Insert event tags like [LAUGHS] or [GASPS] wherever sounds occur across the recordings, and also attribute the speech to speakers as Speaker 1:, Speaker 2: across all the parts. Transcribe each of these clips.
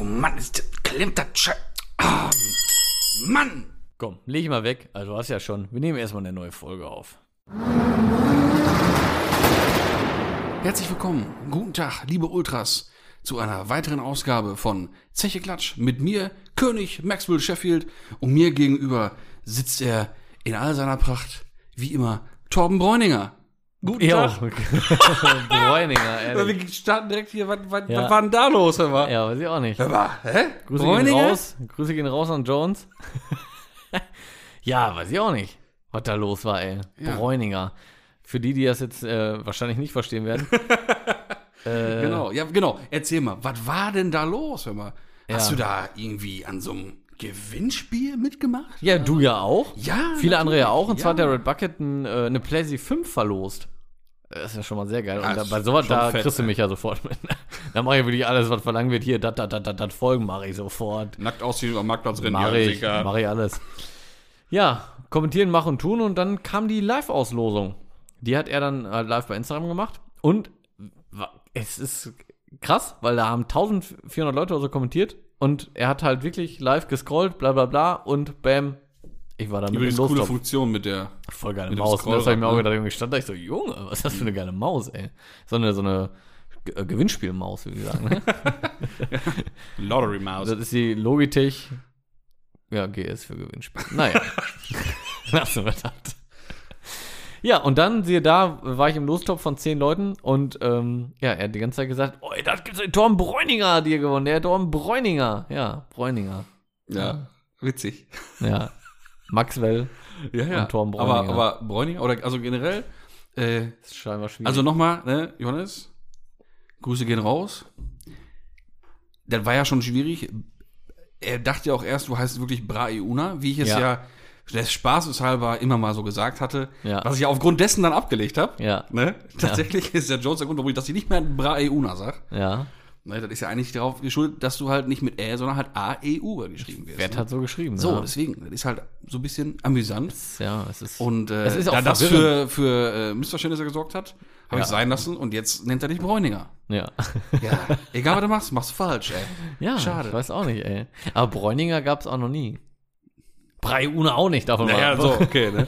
Speaker 1: Oh Mann, ist das, klemmt das Sche Ah, Mann!
Speaker 2: Komm, leg ich mal weg. Also, du hast ja schon. Wir nehmen erstmal eine neue Folge auf.
Speaker 1: Herzlich willkommen, guten Tag, liebe Ultras, zu einer weiteren Ausgabe von Zeche Klatsch mit mir, König Maxwell Sheffield. Und mir gegenüber sitzt er in all seiner Pracht, wie immer, Torben Bräuninger. Guten
Speaker 2: [LAUGHS]
Speaker 1: [LAUGHS]
Speaker 2: Bräuninger, ehrlich.
Speaker 1: Wir starten direkt hier, was, was,
Speaker 2: Ja.
Speaker 1: was war denn da los? Hör mal.
Speaker 2: Ja, weiß ich auch nicht.
Speaker 1: Hör mal, hä?
Speaker 2: Grüße gehen raus. Grüße gehen raus an Jones. [LAUGHS] ja, weiß ich auch nicht, was da los war, ey.
Speaker 1: Ja.
Speaker 2: Bräuninger. Für die, die das jetzt äh, wahrscheinlich nicht
Speaker 1: [LAUGHS]
Speaker 2: verstehen werden.
Speaker 1: Genau, ja, genau. Erzähl mal, was war denn da los? Hör mal. Hast
Speaker 2: Ja.
Speaker 1: du da irgendwie an so einem Gewinnspiel mitgemacht?
Speaker 2: ja, du ja auch.
Speaker 1: Ja.
Speaker 2: Viele andere ja auch. Und zwar hat
Speaker 1: Ja.
Speaker 2: der Red Bucket ein, äh, eine PlayStation 5 verlost. Das ist ja schon mal sehr geil. Und
Speaker 1: Ja,
Speaker 2: da,
Speaker 1: ist
Speaker 2: bei sowas,
Speaker 1: schon
Speaker 2: da
Speaker 1: fett,
Speaker 2: kriegst du mich ja sofort mit. [LAUGHS] da mache ich wirklich alles, was verlangt wird. Hier, dat, dat, dat, dat, dat, Folgen mache ich sofort.
Speaker 1: Nackt ausziehen am Marktplatz rennen.
Speaker 2: Mache ich,
Speaker 1: Digga.
Speaker 2: mache ich alles. Ja, kommentieren, machen, tun. Und dann kam die Live-Auslosung. Die hat er dann äh, live bei Instagram gemacht. Und wa- es ist krass, weil da haben 1400 Leute oder so kommentiert. Und er hat halt wirklich live gescrollt, bla bla bla. Und bam, ich war da mit
Speaker 1: Übrigens
Speaker 2: dem
Speaker 1: coole
Speaker 2: Lostopf.
Speaker 1: Funktion mit der.
Speaker 2: Voll geile
Speaker 1: Mit dem
Speaker 2: Maus. Und das habe ich mir auch
Speaker 1: Scrollrad, ne?
Speaker 2: gedacht, irgendwie stand da ich so, Junge, was ist das für eine geile Maus, ey. So eine, so eine G- äh, Gewinnspielmaus, wie gesagt. Ne?
Speaker 1: Lottery Mouse.
Speaker 2: Das ist die Logitech. Ja, GS für Gewinnspiel. Naja. Lassen wir das. Ja, und dann, siehe da, war ich im Lostopf von zehn Leuten und ähm, ja, er hat die ganze Zeit gesagt, oh, das gibt's den Torben Bräuninger hat hier gewonnen. Der Torben Bräuninger. Ja, Bräuninger.
Speaker 1: Ja, witzig. [LAUGHS]
Speaker 2: Ja. Maxwell.
Speaker 1: Ja, ja.
Speaker 2: Und Torben
Speaker 1: aber,
Speaker 2: Bräuninger.
Speaker 1: aber Bräuninger, oder also generell, äh,
Speaker 2: Ist scheinbar schwierig.
Speaker 1: also nochmal, ne, Johannes, Grüße gehen raus. Das war ja schon schwierig. Er dachte ja auch erst, du heißt wirklich Bra Euna, wie ich es ja,
Speaker 2: Ja.
Speaker 1: des Spaßes halber immer mal so gesagt hatte,
Speaker 2: Ja.
Speaker 1: was ich ja aufgrund dessen dann abgelegt habe.
Speaker 2: Ja.
Speaker 1: Ne? Tatsächlich ist der Jones der Grund, warum ich das hier nicht mehr Bra Euna sage.
Speaker 2: Ja.
Speaker 1: Ne, das ist ja eigentlich darauf geschuldet, dass du halt nicht mit Ä, sondern halt A-E-U geschrieben wirst.
Speaker 2: Werd
Speaker 1: ne?
Speaker 2: hat so geschrieben.
Speaker 1: So,
Speaker 2: ja.
Speaker 1: deswegen, das ist halt so ein bisschen amüsant.
Speaker 2: Ja, es ist.
Speaker 1: Und äh,
Speaker 2: Es ist auch
Speaker 1: da das für,
Speaker 2: verwirrend.
Speaker 1: für äh, Missverständnisse gesorgt hat, habe ich sein lassen und jetzt nennt er dich Bräuninger.
Speaker 2: ja. [LAUGHS]
Speaker 1: Ja. Egal, was du machst, machst du falsch, ey.
Speaker 2: ja,
Speaker 1: Schade.
Speaker 2: schade. Ich weiß auch nicht, ey. Aber Bräuninger gab's auch noch nie. Breiune auch nicht, davon mal. ab.
Speaker 1: okay, ne?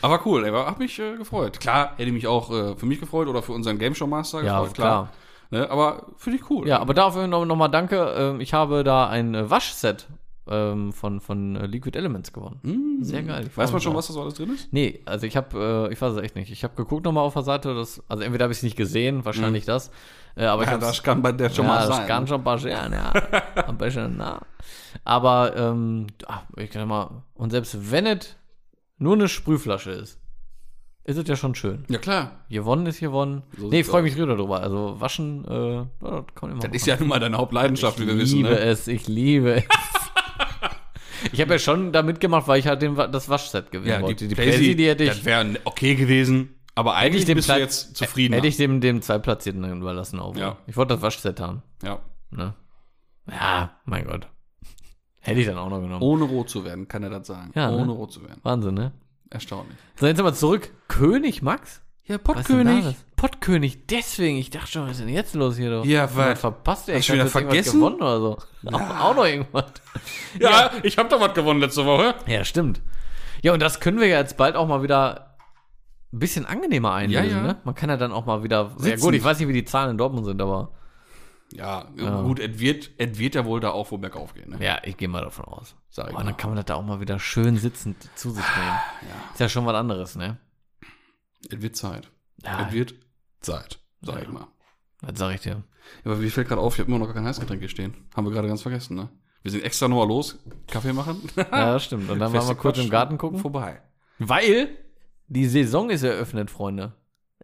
Speaker 1: Aber cool, ey, hab mich äh, gefreut. Klar, hätte ich mich auch äh, für mich gefreut oder für unseren Game Show Master
Speaker 2: Ja,
Speaker 1: gefreut, klar. Ne, aber finde ich cool.
Speaker 2: Ja, aber dafür nochmal noch mal danke. Ähm, Ich habe da ein äh, Waschset ähm, von, von äh, Liquid Elements gewonnen.
Speaker 1: Hm.
Speaker 2: Sehr geil. Ich freu
Speaker 1: Weiß man
Speaker 2: mich
Speaker 1: schon,
Speaker 2: drauf.
Speaker 1: was da so alles drin ist?
Speaker 2: Nee, also ich habe, äh, ich weiß es echt nicht. Ich habe geguckt nochmal auf der Seite. Das, also entweder habe ich es nicht gesehen, wahrscheinlich das. Äh, aber ich
Speaker 1: Mm. Ja,
Speaker 2: habe
Speaker 1: das kann bei der schon
Speaker 2: ja,
Speaker 1: mal
Speaker 2: das
Speaker 1: sein. ne?
Speaker 2: kann schon
Speaker 1: [LAUGHS]
Speaker 2: passieren, ja. Ein bisschen, na. Aber, ähm, ah, ich kann mal, und selbst wenn es nur eine Sprühflasche ist, ist es ja schon schön.
Speaker 1: ja, klar.
Speaker 2: Gewonnen ist gewonnen.
Speaker 1: So
Speaker 2: nee,
Speaker 1: sieht's
Speaker 2: freue mich drüber drüber. Also, waschen, äh, ja, das kann immer
Speaker 1: Das ist ja nun mal deine Hauptleidenschaft, wie wir
Speaker 2: ich
Speaker 1: wissen.
Speaker 2: liebe
Speaker 1: Ne?
Speaker 2: es, ich liebe
Speaker 1: [LAUGHS]
Speaker 2: es. ich habe ja schon da mitgemacht, weil ich halt den, Wa- das Waschset gewinnen wollte. Playsee, die hätte
Speaker 1: Das
Speaker 2: ich,
Speaker 1: wäre okay gewesen, aber eigentlich
Speaker 2: dem
Speaker 1: bist du
Speaker 2: Platz-
Speaker 1: jetzt zufrieden.
Speaker 2: hätte ich dem, dem Zweitplatzierten dann überlassen. Auch.
Speaker 1: Ja.
Speaker 2: Ich wollte das Waschset haben.
Speaker 1: ja.
Speaker 2: Ne? Ja, mein Gott. Hätte ich dann auch noch genommen.
Speaker 1: Ohne rot zu werden, kann er das sagen.
Speaker 2: Ja, ne?
Speaker 1: Ohne rot zu werden.
Speaker 2: Wahnsinn, ne?
Speaker 1: Erstaunlich.
Speaker 2: So, jetzt aber zurück. König Max?
Speaker 1: Ja,
Speaker 2: Was ist denn da das? Pottkönig, deswegen. Ich dachte schon, was ist denn jetzt los hier? Doch?
Speaker 1: Ja, weil-
Speaker 2: Verpasst, ey.
Speaker 1: Hast
Speaker 2: Ich
Speaker 1: du wieder
Speaker 2: dachte, du hast irgendwas
Speaker 1: vergessen?
Speaker 2: gewonnen oder so. Auch, auch noch irgendwas.
Speaker 1: Ja, ich habe da was gewonnen letzte Woche.
Speaker 2: Ja, stimmt. Ja, und das können wir ja jetzt bald auch mal wieder ein bisschen angenehmer einlösen,
Speaker 1: Ja, ja.
Speaker 2: ne? Man kann ja dann auch mal wieder. Ja,
Speaker 1: Sitzen.
Speaker 2: gut, ich weiß nicht, wie die Zahlen in Dortmund sind, aber.
Speaker 1: Ja, gut, es wird, es wird ja wohl da auch wo bergauf gehen. Ne?
Speaker 2: Ja, ich gehe mal davon aus.
Speaker 1: Sag ich
Speaker 2: Aber
Speaker 1: mal.
Speaker 2: dann kann man das da auch mal wieder schön sitzend zu sich nehmen. Ist ja schon was anderes, ne?
Speaker 1: Es wird Zeit.
Speaker 2: Ja,
Speaker 1: Es wird Zeit, sag ich mal.
Speaker 2: was sag ich [LAUGHS] dir?
Speaker 1: Aber mir fällt gerade auf, ich habe immer noch gar kein Heißgetränk hier stehen. Haben wir gerade ganz vergessen, ne? Wir sind extra nochmal los, Kaffee machen. [LAUGHS]
Speaker 2: Ja, das stimmt. Und dann waren wir kurz im Garten gucken.
Speaker 1: Vorbei.
Speaker 2: Weil die Saison ist eröffnet, Freunde.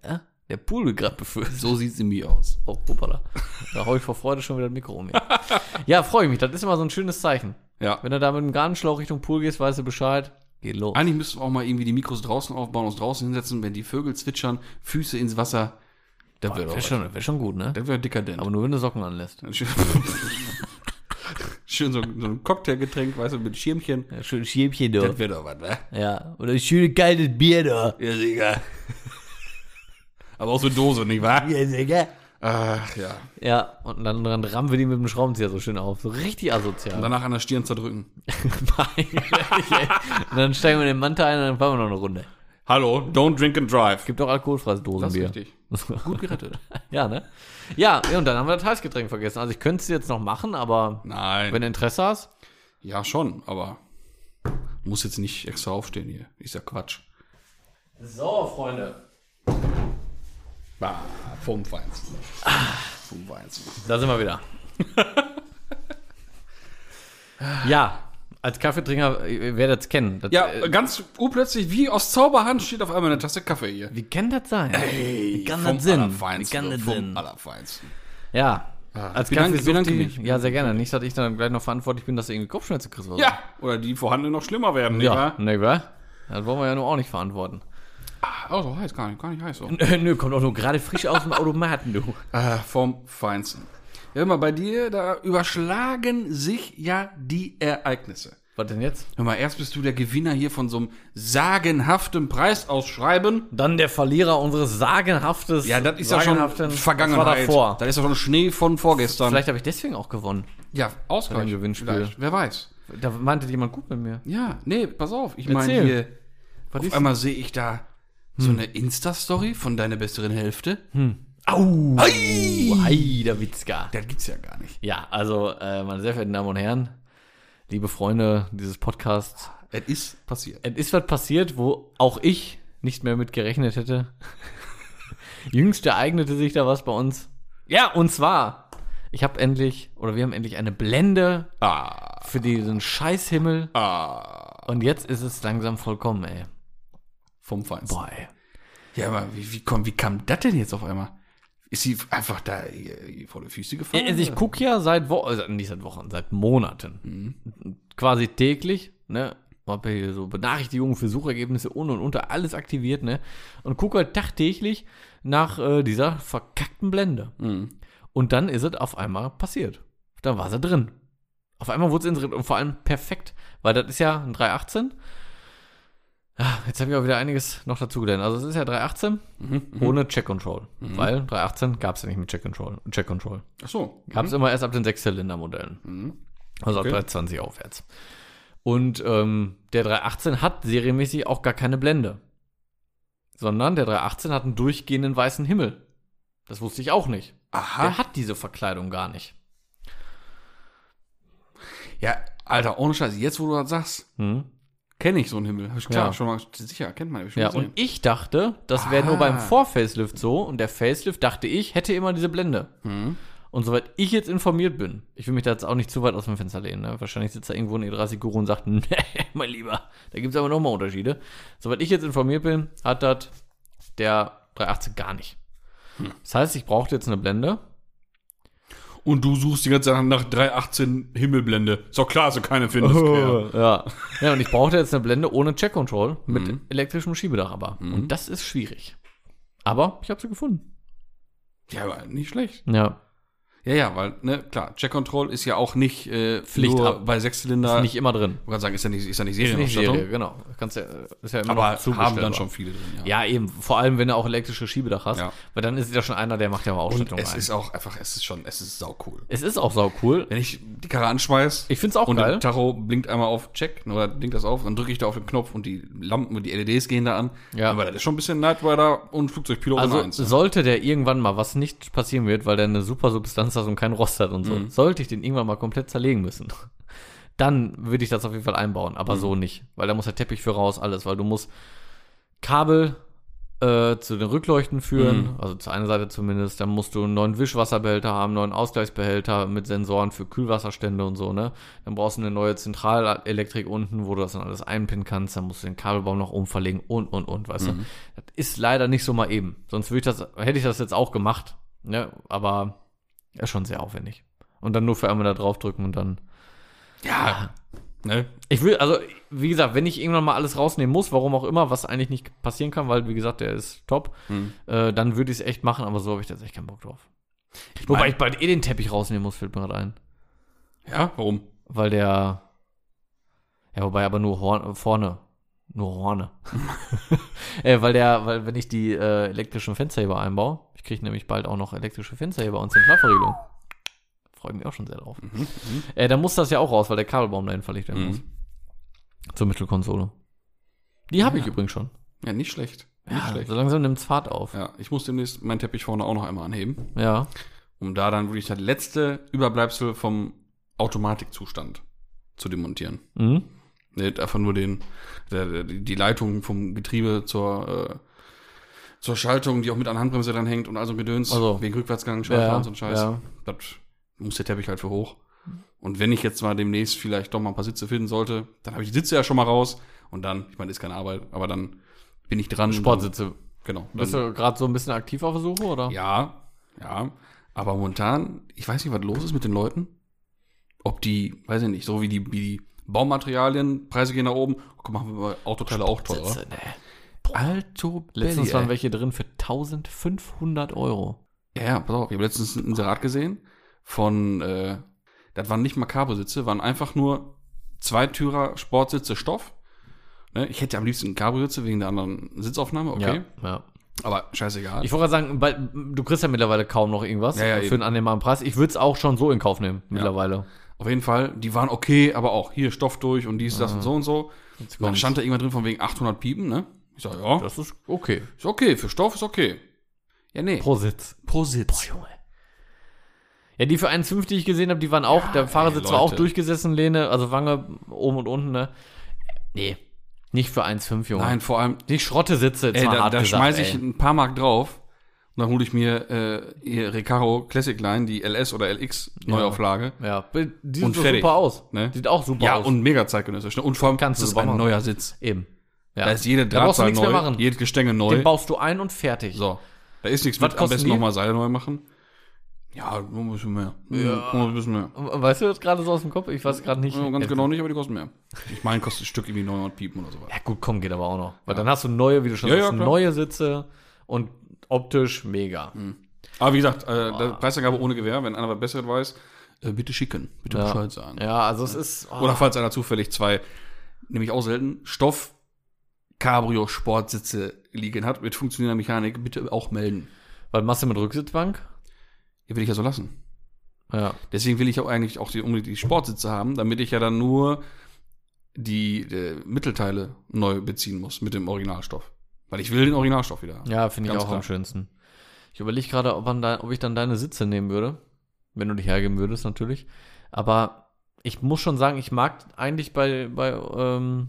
Speaker 2: Ja, der Pool wird gerade befüllt.
Speaker 1: So sieht's in mir aus.
Speaker 2: Oh, hoppala. Da hau ich vor Freude schon wieder das Mikro um. [LAUGHS] hier. Ja, freue ich mich. Das ist immer so ein schönes Zeichen.
Speaker 1: Ja.
Speaker 2: Wenn du da mit dem Gartenschlauch Richtung Pool gehst, weißt du Bescheid. Geht los.
Speaker 1: Eigentlich müssten wir auch mal irgendwie die Mikros draußen aufbauen, uns draußen hinsetzen, wenn die Vögel zwitschern, Füße ins Wasser. Das wäre
Speaker 2: Wäre
Speaker 1: doch was.
Speaker 2: schon, wär schon gut, ne?
Speaker 1: Das wäre dekadent.
Speaker 2: Aber nur wenn du Socken anlässt.
Speaker 1: Schön, [LAUGHS] schön so, so ein Cocktailgetränk, weißt du, mit Schirmchen.
Speaker 2: Schön Schäbchen da.
Speaker 1: Das wird doch was, ne?
Speaker 2: Ja. Oder ein schönes kaltes Bier da.
Speaker 1: Ja, Digga. Aber auch so eine Dose, nicht wahr?
Speaker 2: Ja, Digga.
Speaker 1: Ach ja.
Speaker 2: Ja, und dann, dann rammen wir die mit dem Schraubenzieher so schön auf. So richtig asozial.
Speaker 1: Und danach an der Stirn zerdrücken.
Speaker 2: Nein, wirklich, ey. [LAUGHS] und dann steigen wir in den Manta ein und dann fahren wir noch eine Runde.
Speaker 1: Hallo, don't drink and drive.
Speaker 2: Gibt auch
Speaker 1: Das
Speaker 2: alkoholfreies
Speaker 1: ist
Speaker 2: Dosenbier.
Speaker 1: richtig. Gut gerettet.
Speaker 2: Ja, ne? Ja, ja, und dann haben wir das Heißgetränk vergessen. Also ich könnte es jetzt noch machen, aber
Speaker 1: [LAUGHS] Nein.
Speaker 2: wenn du Interesse hast,
Speaker 1: ja, schon, aber muss jetzt nicht extra aufstehen hier. Ist ja Quatsch.
Speaker 2: So, Freunde.
Speaker 1: Bah, vom Feinsten. Vom Feinsten.
Speaker 2: Da sind wir [LAUGHS] wieder. ja, als Kaffeetrinker, ihr werdet es kennen. Das,
Speaker 1: Ja,
Speaker 2: äh,
Speaker 1: ganz urplötzlich, wie aus Zauberhand, steht auf einmal eine Tasse Kaffee hier.
Speaker 2: wie kann das sein?
Speaker 1: Wie
Speaker 2: kann das Sinn?
Speaker 1: Allerfeinsten,
Speaker 2: Wie kann das
Speaker 1: vom
Speaker 2: Sinn?
Speaker 1: Allerfeinsten.
Speaker 2: Ja. Als
Speaker 1: bedanke-
Speaker 2: Kaffeesuchti-
Speaker 1: bedanke mich.
Speaker 2: Ja, sehr gerne. Nicht, dass ich dann gleich noch verantwortlich bin, dass du irgendwie Kopfschmerzen kriegst. Oder
Speaker 1: Ja, oder die vorhandenen noch schlimmer werden,
Speaker 2: so.
Speaker 1: nicht
Speaker 2: Ja,
Speaker 1: wahr?
Speaker 2: ne, wa? Das wollen wir ja nur auch nicht verantworten.
Speaker 1: Also heiß, gar nicht, gar nicht heiß so.
Speaker 2: Nö, kommt auch nur gerade frisch aus dem Automaten, du.
Speaker 1: Äh, vom Feinsten. Hör mal, bei dir, da überschlagen sich ja die Ereignisse.
Speaker 2: Was denn jetzt?
Speaker 1: Hör mal, erst bist du der Gewinner hier von so einem sagenhaften Preisausschreiben.
Speaker 2: Dann der Verlierer unseres sagenhaftes.
Speaker 1: Ja, das ist ja schon
Speaker 2: sagenhaften-
Speaker 1: Vergangenheit.
Speaker 2: Was war davor?
Speaker 1: Das ist ja schon Schnee von vorgestern.
Speaker 2: Vielleicht habe ich deswegen auch gewonnen.
Speaker 1: ja, Ausgleich.
Speaker 2: Ein Gewinnspiel.
Speaker 1: vielleicht, Wer weiß.
Speaker 2: Da meinte jemand gut mit mir.
Speaker 1: Ja, nee, pass auf. Ich meine
Speaker 2: Erzähl.
Speaker 1: hier,
Speaker 2: Was
Speaker 1: auf
Speaker 2: ist- Hm.
Speaker 1: einmal sehe ich da so eine Insta-Story von deiner besseren Hälfte.
Speaker 2: Au! Heider Witzka.
Speaker 1: Das gibt's ja gar nicht.
Speaker 2: Ja, also, äh, meine sehr verehrten Damen und Herren, liebe Freunde dieses Podcasts,
Speaker 1: Es ist passiert.
Speaker 2: es ist was passiert, wo auch ich nicht mehr mit gerechnet hätte. [LAUGHS] Jüngst ereignete sich da was bei uns. Ja, und zwar, ich habe endlich, oder wir haben endlich eine Blende
Speaker 1: Ah,
Speaker 2: für diesen Scheißhimmel.
Speaker 1: ah.
Speaker 2: Und jetzt ist es langsam vollkommen, ey.
Speaker 1: Vom Feinsten.
Speaker 2: Boah, ey.
Speaker 1: Ja, aber wie, wie, komm, wie kam das denn jetzt auf einmal? Ist sie einfach da äh, vor die Füße gefallen?
Speaker 2: Ja, Also ich gucke ja seit Wochen, also nicht seit Wochen, seit Monaten. Quasi täglich, ne? Hab hier so Benachrichtigungen für Suchergebnisse und und unter, alles aktiviert, ne? Und gucke halt tagtäglich nach äh, dieser verkackten Blende.
Speaker 1: Mhm.
Speaker 2: Und dann ist es auf einmal passiert. Dann war sie drin. Auf einmal wurde es inseriert und vor allem perfekt, weil das ist ja ein 318. Ah, Jetzt habe ich auch wieder einiges noch dazugelernt. Also es ist ja 318
Speaker 1: Mhm.
Speaker 2: ohne Check Control, weil 318 gab es ja nicht mit Check Control. Check Control.
Speaker 1: Ach so. Mhm.
Speaker 2: Gab es immer erst ab den Sechszylinder-Modellen. Also ab 320 aufwärts. Und ähm, der 318 hat serienmäßig auch gar keine Blende. Sondern der 318 hat einen durchgehenden weißen Himmel. Das wusste ich auch nicht.
Speaker 1: Aha.
Speaker 2: Der hat diese Verkleidung gar nicht.
Speaker 1: Ja, Alter, ohne Scheiß. Jetzt, wo du das sagst,
Speaker 2: Hm?
Speaker 1: kenne ich so einen Himmel. Hab ich Klar,
Speaker 2: Ja.
Speaker 1: schon mal sicher, kennt man. hab ich schon
Speaker 2: Ja,
Speaker 1: gesehen.
Speaker 2: und ich dachte, das wäre nur
Speaker 1: Ah.
Speaker 2: beim Vor-Facelift so. Und der Facelift, dachte ich, hätte immer diese Blende.
Speaker 1: Mhm.
Speaker 2: Und soweit ich jetzt informiert bin, ich will mich da jetzt auch nicht zu weit aus dem Fenster lehnen, ne? wahrscheinlich sitzt da irgendwo ein E30 Guru und sagt, [LAUGHS] nee, mein Lieber, da gibt es aber nochmal Unterschiede. Soweit ich jetzt informiert bin, hat das der 380 gar nicht.
Speaker 1: Hm.
Speaker 2: Das heißt, ich brauchte jetzt eine Blende.
Speaker 1: Und du suchst die ganze Zeit nach 318 Himmelblende. Ist doch klar, so keine findest.
Speaker 2: Oh.
Speaker 1: Kerl.
Speaker 2: Ja. ja, und ich brauchte jetzt eine Blende ohne Check Control mit
Speaker 1: Hm.
Speaker 2: elektrischem Schiebedach aber. Und das ist schwierig. Aber ich habe sie gefunden.
Speaker 1: Ja, aber nicht schlecht.
Speaker 2: Ja.
Speaker 1: Ja, ja, weil, ne, klar, Check Control ist ja auch nicht äh,
Speaker 2: Pflicht
Speaker 1: nur
Speaker 2: ab.
Speaker 1: bei Sechszylinder.
Speaker 2: Nicht immer drin.
Speaker 1: ich wollte sagen, ist ja nicht, ist ja nicht
Speaker 2: Nicht
Speaker 1: Serienausstattung.
Speaker 2: Serie, genau. Kannst ja, ist ja immer
Speaker 1: aber
Speaker 2: noch
Speaker 1: haben
Speaker 2: zubestellbar.
Speaker 1: dann schon viele drin, ja.
Speaker 2: Ja, eben. Vor allem, wenn du auch elektrische Schiebedach hast.
Speaker 1: Ja.
Speaker 2: Weil dann ist ja schon einer, der macht ja mal Ausstattung
Speaker 1: Und es
Speaker 2: ein.
Speaker 1: ist auch einfach, es ist schon, es ist saucool.
Speaker 2: es ist auch sau cool.
Speaker 1: Wenn ich die Karre anschmeiß
Speaker 2: Ich find's auch
Speaker 1: und
Speaker 2: geil.
Speaker 1: der Tacho blinkt einmal auf Check oder blinkt das auf, dann drücke ich da auf den Knopf und die Lampen und die LEDs gehen da an.
Speaker 2: Ja.
Speaker 1: Aber das ist schon ein bisschen Knight Rider und Flugzeugpilot in
Speaker 2: Also
Speaker 1: eins.
Speaker 2: sollte der irgendwann mal, was nicht passieren wird, weil der eine super Substanz hat und kein Rost hat und so,
Speaker 1: Mhm.
Speaker 2: sollte ich den irgendwann mal komplett zerlegen müssen, [LAUGHS] dann würde ich das auf jeden Fall einbauen,
Speaker 1: Mhm.
Speaker 2: aber so nicht, weil da muss der Teppich für raus, alles, weil du musst Kabel äh, zu den Rückleuchten führen, also zur einen Seite zumindest, dann musst du einen neuen Wischwasserbehälter haben, einen neuen Ausgleichsbehälter mit Sensoren für Kühlwasserstände und so, ne? Dann brauchst du eine neue Zentralelektrik unten, wo du das dann alles einpinnen kannst, dann musst du den Kabelbaum nach oben verlegen und und und, weißt du. Das ist leider nicht so mal eben. Sonst würde ich das, hätte ich das jetzt auch gemacht, ne? Aber ist schon sehr aufwendig. Und dann nur für einmal da draufdrücken und dann
Speaker 1: ja. Ne?
Speaker 2: ich will, also, wie gesagt, wenn ich irgendwann mal alles rausnehmen muss, warum auch immer, was eigentlich nicht passieren kann, weil, wie gesagt, der ist top, äh, dann würde ich es echt machen, aber so habe ich da jetzt echt keinen Bock drauf. Wobei
Speaker 1: mein-
Speaker 2: ich bald eh den Teppich rausnehmen muss, fällt mir gerade ein.
Speaker 1: Ja, warum?
Speaker 2: Weil der. Ja, wobei aber nur Horn, äh, vorne. Nur Horne. [LAUGHS] äh, weil der, weil wenn ich die äh, elektrischen Fensterheber einbaue, ich kriege nämlich bald auch noch elektrische Fensterheber und Zentralverriegelung. Freue mich auch schon sehr drauf. Äh, dann muss das ja auch raus, weil der Kabelbaum dahin verlegt
Speaker 1: Mhm.
Speaker 2: werden muss. Zur Mittelkonsole. Die habe ich
Speaker 1: Ja.
Speaker 2: übrigens schon.
Speaker 1: Ja, nicht schlecht. Nicht
Speaker 2: Ja,
Speaker 1: schlecht.
Speaker 2: Ah, so langsam nimmt es Fahrt auf.
Speaker 1: Ja, ich muss demnächst meinen Teppich vorne auch noch einmal anheben,
Speaker 2: Ja.
Speaker 1: um da dann wirklich das letzte Überbleibsel vom Automatikzustand zu demontieren.
Speaker 2: Mhm.
Speaker 1: Nee, einfach nur den, der, der, die die Leitung vom Getriebe zur, äh, zur Schaltung, die auch mit an der Handbremse dran hängt und also Gedöns,
Speaker 2: Also.
Speaker 1: wegen Rückwärtsgang, Schalter
Speaker 2: Ja,
Speaker 1: und so ein Scheiß.
Speaker 2: ja.
Speaker 1: Das muss der Teppich halt für hoch. Und wenn ich jetzt mal demnächst vielleicht doch mal ein paar Sitze finden sollte, dann habe ich die Sitze ja schon mal raus und dann, ich meine, ist keine Arbeit, aber dann bin ich dran.
Speaker 2: Sportsitze.
Speaker 1: Dann, genau.
Speaker 2: Bist
Speaker 1: Dann,
Speaker 2: du gerade so ein bisschen aktiv auf der Suche, oder?
Speaker 1: ja, ja. Aber momentan, ich weiß nicht, was los ist mit den Leuten. Ob die, weiß ich nicht, so wie die, wie die Baumaterialien, Preise gehen nach oben. Guck, machen wir mal Autoteile auch teurer.
Speaker 2: Sitze, ne.
Speaker 1: Alto
Speaker 2: Letztens
Speaker 1: Belly,
Speaker 2: waren
Speaker 1: ey.
Speaker 2: welche drin für 1500 Euro.
Speaker 1: Ja, ja, pass auf, ich habe letztens ein Inserat gesehen von, äh, das waren nicht mal Cabrio-Sitze, waren einfach nur Zweitürer Sportsitze Stoff. Ne? Ich hätte am liebsten Cabrio-Sitze wegen der anderen Sitzaufnahme, okay.
Speaker 2: Ja, ja.
Speaker 1: Aber scheißegal.
Speaker 2: Ich wollte gerade sagen, bei, du kriegst ja mittlerweile kaum noch irgendwas
Speaker 1: Ja, ja,
Speaker 2: für
Speaker 1: eben.
Speaker 2: einen annehmbaren Preis. Ich würde es auch schon so in Kauf nehmen, mittlerweile.
Speaker 1: Auf jeden Fall, die waren okay, aber auch hier Stoff durch und dies, das und so und so. Und dann
Speaker 2: Mhm. kommt's.
Speaker 1: stand da irgendwann drin von wegen 800 Piepen, ne? Ich sag, ja,
Speaker 2: Das ist okay.
Speaker 1: ist okay, für Stoff ist okay. Ja, nee.
Speaker 2: Pro Sitz.
Speaker 1: pro Sitz.
Speaker 2: Junge. Ja, die für 1,50, die ich gesehen habe, die waren auch, der Fahrersitz war auch
Speaker 1: Leute.
Speaker 2: durchgesessen, Lehne, also Wange oben und unten, ne? Nee, nicht für 1,5, Junge.
Speaker 1: Nein, vor allem,
Speaker 2: Die Schrottesitze, jetzt
Speaker 1: Ey, da, da
Speaker 2: gesagt,
Speaker 1: schmeiße ich
Speaker 2: ey.
Speaker 1: ein paar Mark drauf und dann hole ich mir äh, hier Recaro Classic Line, die LS oder LX Neuauflage.
Speaker 2: Ja, die
Speaker 1: Und
Speaker 2: sieht so
Speaker 1: fertig,
Speaker 2: super aus.
Speaker 1: ne?
Speaker 2: Sieht auch super
Speaker 1: Ja,
Speaker 2: aus.
Speaker 1: und mega zeitgenössisch. Ne? Und vor allem,
Speaker 2: Kannst du
Speaker 1: das ist
Speaker 2: super
Speaker 1: ein
Speaker 2: machen.
Speaker 1: neuer Sitz.
Speaker 2: Eben. Ja.
Speaker 1: Da ist jede
Speaker 2: Da brauchst du
Speaker 1: Drahtseil
Speaker 2: nichts mehr
Speaker 1: neu,
Speaker 2: machen.
Speaker 1: jedes Gestänge
Speaker 2: Den
Speaker 1: neu.
Speaker 2: baust du ein und fertig.
Speaker 1: So, da ist nichts
Speaker 2: Was
Speaker 1: mit. Am
Speaker 2: kosten
Speaker 1: besten
Speaker 2: die?
Speaker 1: nochmal Seile neu machen. Ja, nur ein bisschen mehr. Ja. Nur ein bisschen mehr.
Speaker 2: Weißt du das gerade so aus dem Kopf? Ich weiß gerade nicht.
Speaker 1: Ja, ganz
Speaker 2: Äh,
Speaker 1: genau nicht, aber die kosten mehr. Ich meine, kostet ein Stück irgendwie 900 Piepen oder sowas.
Speaker 2: Ja, gut, komm, geht aber auch noch. Weil dann hast du neue, wie du schon
Speaker 1: Ja,
Speaker 2: sagst,
Speaker 1: ja, klar.
Speaker 2: neue Sitze und optisch mega.
Speaker 1: Aber wie gesagt, äh,
Speaker 2: Ah.
Speaker 1: der Preisangabe ohne Gewehr, wenn einer was Besseres weiß, äh, bitte schicken. Bitte
Speaker 2: Ja.
Speaker 1: Bescheid sagen.
Speaker 2: Ja, also es ist. oh,
Speaker 1: Oder falls einer zufällig zwei, nämlich auch selten, Stoff Cabrio Sportsitze liegen hat mit funktionierender Mechanik, bitte auch melden.
Speaker 2: weil machst du mit Rücksitzbank?
Speaker 1: Ja, will ich ja so lassen.
Speaker 2: Ja.
Speaker 1: Deswegen will ich auch eigentlich auch die, unbedingt die Sportsitze haben, damit ich ja dann nur die äh, Mittelteile neu beziehen muss mit dem Originalstoff. Weil ich will den Originalstoff wieder haben.
Speaker 2: Ja, finde ich
Speaker 1: Ganz
Speaker 2: auch
Speaker 1: klar.
Speaker 2: am schönsten. Ich überlege gerade, ob, man da- ob ich dann deine Sitze nehmen würde. Wenn du dich hergeben würdest, natürlich. Aber ich muss schon sagen, ich mag eigentlich bei, bei ähm,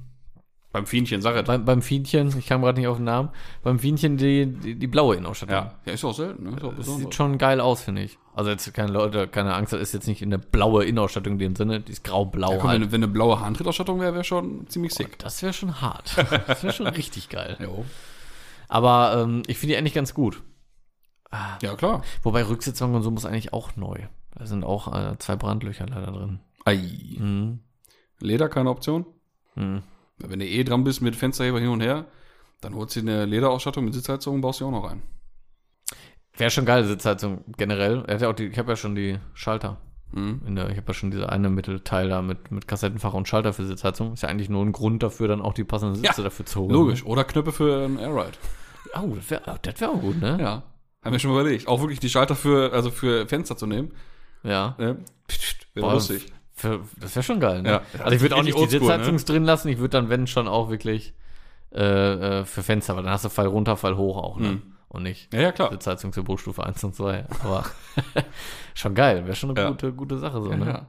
Speaker 1: Beim Fienchen, Sache.
Speaker 2: beim, beim Fienchen, ich kam gerade nicht auf den Namen, beim Fienchen die, die, die blaue Innenausstattung.
Speaker 1: ja. ja, ist auch selten. Ne? Ist auch
Speaker 2: Das Äh, sieht
Speaker 1: besonders.
Speaker 2: schon geil aus, finde ich. Also jetzt keine Leute, keine Angst, das ist jetzt nicht eine blaue Innenausstattung in dem Sinne, die ist grau-blau
Speaker 1: Ja, komm, wenn,
Speaker 2: halt.
Speaker 1: eine- wenn eine blaue Handtrittausstattung wäre, wäre schon ziemlich sick.
Speaker 2: Das wäre schon [LAUGHS] hart. Das wäre schon richtig geil.
Speaker 1: Jo.
Speaker 2: Aber ähm, ich finde die eigentlich ganz gut.
Speaker 1: Ja, klar.
Speaker 2: Wobei Rücksitzung und so muss eigentlich auch neu. Da sind auch äh, zwei Brandlöcher leider drin.
Speaker 1: Ei.
Speaker 2: Mhm.
Speaker 1: Leder keine Option?
Speaker 2: Mhm.
Speaker 1: Wenn du eh dran bist mit Fensterheber hin und her, dann holst du dir eine Lederausstattung mit Sitzheizung und baust die auch noch rein.
Speaker 2: Wäre schon geil, Sitzheizung generell. Er hat ja auch die, ich habe ja schon die Schalter.
Speaker 1: Mhm.
Speaker 2: In der, ich habe ja schon diese eine Mittelteil da mit, mit Kassettenfach und Schalter für Sitzheizung. Ist ja eigentlich nur ein Grund dafür, dann auch die passenden Sitze
Speaker 1: Ja,
Speaker 2: dafür zu holen.
Speaker 1: Logisch. Oder Knöpfe für ein Airride.
Speaker 2: Oh, das wäre wär auch gut, ne?
Speaker 1: Ja. Haben wir schon mal überlegt. Auch wirklich die Schalter für, also für Fenster zu nehmen.
Speaker 2: ja.
Speaker 1: Ne? Pst, Wäre
Speaker 2: Boah,
Speaker 1: lustig.
Speaker 2: Für, das wäre schon geil, ne?
Speaker 1: Ja.
Speaker 2: Also ich würde auch
Speaker 1: Richtig
Speaker 2: nicht die
Speaker 1: oldschool, ne?
Speaker 2: Sitzheizung drin lassen, ich würde dann, wenn schon, auch wirklich äh, äh, für Fenster, weil dann hast du Fall runter, Fall hoch auch, ne?
Speaker 1: Mhm.
Speaker 2: Und nicht
Speaker 1: Ja, ja, klar.
Speaker 2: Sitzheizung zur Bruchstufe 1 und 2. Aber [LAUGHS] schon geil, wäre schon eine
Speaker 1: Ja.
Speaker 2: gute, gute Sache so, ne?
Speaker 1: Ja.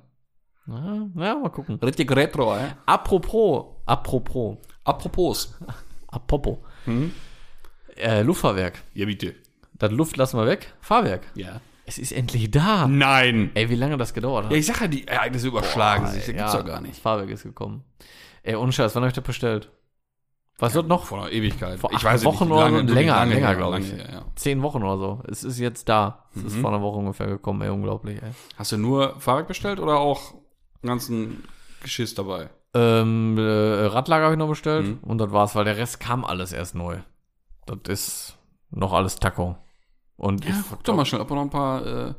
Speaker 2: Na, na, mal gucken.
Speaker 1: Richtig retro, ey.
Speaker 2: Apropos, apropos,
Speaker 1: Apropos.
Speaker 2: apropos.
Speaker 1: Hm?
Speaker 2: Äh, Luftfahrwerk.
Speaker 1: Ja, bitte.
Speaker 2: Das Luft lassen wir weg. Fahrwerk.
Speaker 1: Ja.
Speaker 2: Es ist endlich da.
Speaker 1: Nein.
Speaker 2: Ey, wie lange das gedauert hat.
Speaker 1: Ja, ich sag ja, die Ereignisse überschlagen sich. Das
Speaker 2: Ey,
Speaker 1: gibt's
Speaker 2: ja,
Speaker 1: doch gar nicht.
Speaker 2: Das Fahrwerk ist gekommen. Ey, ohne Scheiß, wann hab ich das bestellt? Was wird noch?
Speaker 1: Vor einer Ewigkeit.
Speaker 2: Vor
Speaker 1: ich
Speaker 2: acht
Speaker 1: weiß ja
Speaker 2: Wochen
Speaker 1: nicht,
Speaker 2: oder
Speaker 1: lange,
Speaker 2: so. Länger,
Speaker 1: lange,
Speaker 2: länger,
Speaker 1: länger,
Speaker 2: glaub
Speaker 1: glaube
Speaker 2: ich.
Speaker 1: ich. Ja, ja.
Speaker 2: Zehn Wochen oder so. Es ist jetzt da. Es
Speaker 1: Mhm.
Speaker 2: ist vor einer Woche ungefähr gekommen. Ey, unglaublich, ey.
Speaker 1: Hast du nur Fahrrad bestellt oder auch einen ganzen Geschiss dabei?
Speaker 2: Ähm, äh, Radlager habe ich noch bestellt
Speaker 1: Mhm.
Speaker 2: und das war's, weil der Rest kam alles erst neu. Das ist noch alles Taco. Und
Speaker 1: Ja, guck doch mal schnell, ob du noch ein paar, äh,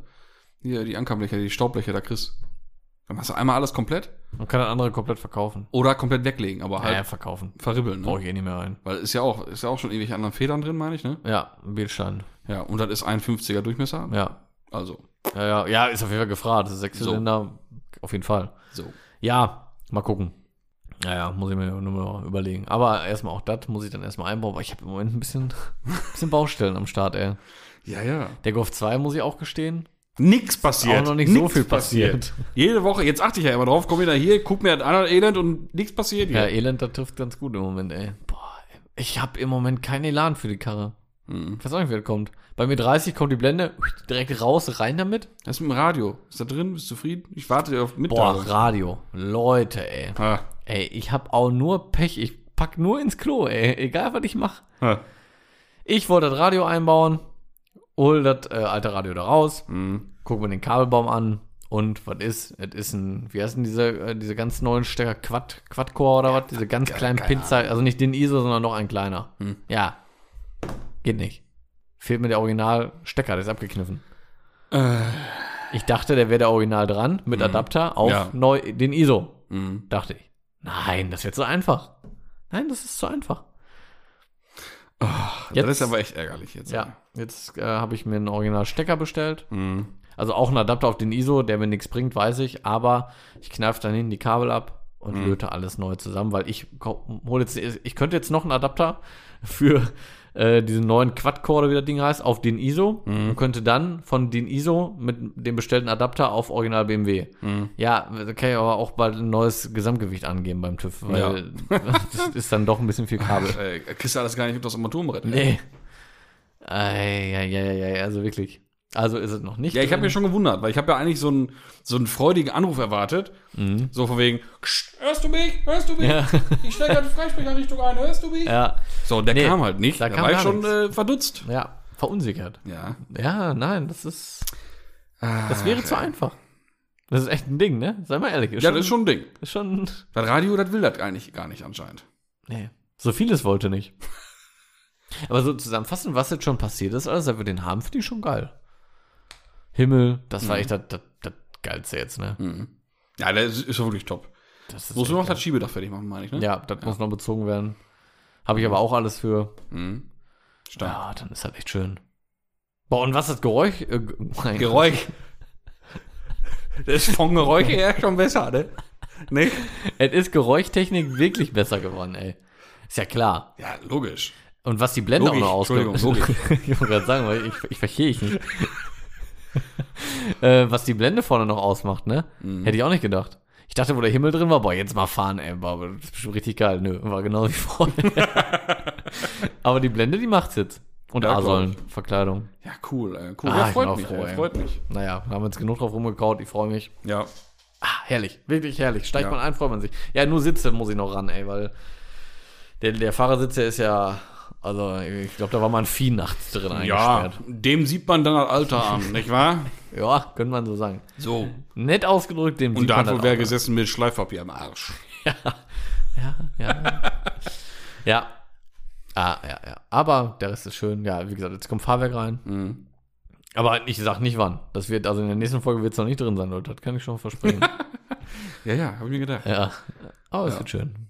Speaker 1: hier, die Ankerbleche, die Staubbleche da kriegst. Dann machst du einmal alles komplett
Speaker 2: Man kann das andere komplett verkaufen.
Speaker 1: oder komplett weglegen, aber halt
Speaker 2: Ja, ja, verkaufen.
Speaker 1: verribbeln.
Speaker 2: Brauche
Speaker 1: Ne?
Speaker 2: ich eh nicht mehr rein.
Speaker 1: Weil ist ja auch, ist ja auch schon ewig anderen Federn drin, meine ich, ne?
Speaker 2: Ja, ein Bildstein.
Speaker 1: Ja, und das ist ein 50er Durchmesser.
Speaker 2: Ja.
Speaker 1: Also,
Speaker 2: Ja, ja, ja, ist auf jeden Fall gefragt. Sechszylinder, auf jeden Fall.
Speaker 1: so.
Speaker 2: Ja, mal gucken. Naja, muss ich mir nur mal überlegen. Aber erstmal auch das muss ich dann erstmal einbauen, weil ich habe im Moment ein bisschen, [LAUGHS] ein bisschen Baustellen am Start, ey.
Speaker 1: Ja, ja.
Speaker 2: Der Golf 2, muss ich auch gestehen,
Speaker 1: Nix passiert.
Speaker 2: auch noch nicht so
Speaker 1: Nix
Speaker 2: viel passiert.
Speaker 1: Jede Woche, jetzt achte ich ja immer drauf, komm wieder hier, guck mir das an, das Elend und nichts passiert
Speaker 2: Ja,
Speaker 1: hier.
Speaker 2: Elend, das trifft ganz gut im Moment, ey. Boah, ey. ich habe im Moment keinen Elan für die Karre.
Speaker 1: Mhm.
Speaker 2: Ich weiß auch nicht, wer kommt. Bei mir 30 kommt die Blende direkt raus, rein damit.
Speaker 1: Das ist mit dem Radio. Ist da drin? Bist du zufrieden? Ich warte auf
Speaker 2: Boah,
Speaker 1: Mitteilung.
Speaker 2: Radio. Leute, ey.
Speaker 1: Ah,
Speaker 2: Ey, ich hab auch nur Pech. Ich pack nur ins Klo, ey. Egal, was ich mach.
Speaker 1: ah.
Speaker 2: Ich wollte das Radio einbauen, hol das äh, alte Radio da raus,
Speaker 1: Mhm.
Speaker 2: guck mir den Kabelbaum an und was ist? Es ist ein, wie heißen diese, äh, diese ganz neuen Stecker? Quad, Quadcore oder was? Diese ganz kleinen Pinzer, also nicht den ISO, sondern noch ein kleiner.
Speaker 1: Hm.
Speaker 2: Ja. Geht nicht. Fehlt mir der Original-Stecker, der ist abgekniffen.
Speaker 1: Äh,
Speaker 2: Ich dachte, der wäre der Original dran, mit Adapter auf
Speaker 1: Mhm. Ja.
Speaker 2: neu, den ISO.
Speaker 1: mhm.
Speaker 2: Dachte ich. Nein, das wird zu einfach. Nein, das ist zu einfach.
Speaker 1: Das ist aber echt ärgerlich jetzt.
Speaker 2: Ja, jetzt äh, habe ich mir einen Original-Stecker bestellt.
Speaker 1: Mhm.
Speaker 2: Also auch einen Adapter auf den ISO, der mir nichts bringt, weiß ich. Aber ich kneife dann hinten die Kabel ab und
Speaker 1: Mhm.
Speaker 2: löte alles neu zusammen, weil ich ko- hol jetzt, ich könnte jetzt noch einen Adapter für äh, diesen neuen Quad-Core, oder wie das Ding heißt, auf den ISO
Speaker 1: Mhm.
Speaker 2: und könnte dann von den ISO mit dem bestellten Adapter auf Original BMW.
Speaker 1: Mhm.
Speaker 2: Ja, da kann ich aber auch bald ein neues Gesamtgewicht angeben beim TÜV, weil [LAUGHS] das ist dann doch ein bisschen
Speaker 1: [LAUGHS]
Speaker 2: viel Kabel.
Speaker 1: Äh, kriegst du alles gar nicht unter das Armaturenbrett. ne?
Speaker 2: Nee. Eieieiei, also wirklich. Also ist es noch nicht.
Speaker 1: Ja, ich habe
Speaker 2: drin.
Speaker 1: mich schon gewundert, weil ich habe ja eigentlich so einen, so einen freudigen Anruf erwartet. So von wegen, "Ksch, hörst du mich? Hörst du
Speaker 2: [LAUGHS]
Speaker 1: mich?
Speaker 2: Mhm. Ja.
Speaker 1: [LAUGHS] Ich stelle gerade die Freisprecherrichtung ein, hörst du mich?
Speaker 2: Ja,
Speaker 1: So, und der
Speaker 2: Nee,
Speaker 1: kam halt nicht.
Speaker 2: da
Speaker 1: Da
Speaker 2: kam
Speaker 1: war ich
Speaker 2: gar
Speaker 1: schon
Speaker 2: nichts.
Speaker 1: äh, verdutzt.
Speaker 2: ja, verunsichert.
Speaker 1: Ja.
Speaker 2: Ja, nein, das ist. Das
Speaker 1: Ah,
Speaker 2: wäre zu einfach. Das ist echt ein Ding, ne? Sei mal ehrlich. Ist
Speaker 1: ja, das ist schon ein Ding.
Speaker 2: Ist schon
Speaker 1: Das Radio, das will das eigentlich gar nicht anscheinend.
Speaker 2: nee. So vieles
Speaker 1: [LAUGHS]
Speaker 2: wollte nicht. Aber so zusammenfassend, was jetzt schon passiert ist, alles, seit wir den haben, finde ich schon geil. Himmel, das
Speaker 1: Mhm.
Speaker 2: war echt das, das, das Geilste jetzt, ne?
Speaker 1: Ja, das ist ja wirklich top.
Speaker 2: Das ist
Speaker 1: Muss
Speaker 2: echt
Speaker 1: nur noch
Speaker 2: geil.
Speaker 1: das Schiebedach fertig machen, meine ich, ne?
Speaker 2: Ja, das muss noch bezogen werden. Habe ich aber auch alles für.
Speaker 1: Mhm. Stark.
Speaker 2: Ja, dann ist das echt schön. Boah, und was das Geräusch? Äh, Ge- [LAUGHS] mein
Speaker 1: Geräusch. Das ist vom Geräusch her schon besser, ne? Ne?
Speaker 2: Gott. Es ist Geräuschtechnik wirklich besser geworden, ey. Ist ja klar.
Speaker 1: Ja, logisch.
Speaker 2: Und was die Blende
Speaker 1: Logisch,
Speaker 2: auch noch ausgemacht
Speaker 1: Entschuldigung,
Speaker 2: [LAUGHS] ich wollte gerade sagen, weil ich, ich verstehe ich nicht. [LAUGHS] äh, was die Blende vorne noch ausmacht, ne?
Speaker 1: Mhm.
Speaker 2: Hätte ich auch nicht gedacht. Ich dachte, wo der Himmel drin war, boah, jetzt mal fahren, ey, boah, das ist bestimmt richtig geil. Nö, war genau wie [LAUGHS] vorne.
Speaker 1: [LAUGHS]
Speaker 2: Aber die Blende, die macht's jetzt. Und
Speaker 1: Ja,
Speaker 2: A-Säulen, Verkleidung.
Speaker 1: Ja, cool, ey. cool. ja,
Speaker 2: Ah, ich bin
Speaker 1: freut
Speaker 2: auch
Speaker 1: mich,
Speaker 2: froh,
Speaker 1: ey.
Speaker 2: ey.
Speaker 1: freut mich.
Speaker 2: Naja, haben wir jetzt genug drauf rumgekaut, ich freue mich.
Speaker 1: Ja.
Speaker 2: Ah, herrlich, wirklich herrlich. Steigt
Speaker 1: Ja.
Speaker 2: man ein, freut man sich. Ja, nur Sitze muss ich noch ran, ey, weil der, der Fahrersitz, der ist ja, also ich glaube, da war mal ein Vieh nachts drin
Speaker 1: Ja,
Speaker 2: eingesperrt.
Speaker 1: dem sieht man dann das Alter
Speaker 2: [LAUGHS]
Speaker 1: an, nicht wahr?
Speaker 2: Ja. könnte man so sagen.
Speaker 1: So.
Speaker 2: Nett ausgedrückt, dem
Speaker 1: Und da hat
Speaker 2: man
Speaker 1: wohl
Speaker 2: das
Speaker 1: wer
Speaker 2: auch. [LAUGHS]
Speaker 1: gesessen mit Schleifpapier am Arsch.
Speaker 2: Ja, ja. ja. Ah, ja, ja. Aber der Rest ist schön. Ja, wie gesagt, jetzt kommt Fahrwerk rein. Aber ich sag nicht wann. Das wird, also in der nächsten Folge wird es noch nicht drin sein, Leute. Das kann ich
Speaker 1: [LAUGHS]
Speaker 2: schon versprechen.
Speaker 1: Ja, ja, habe ich mir gedacht.
Speaker 2: ja. Aber es wird schön.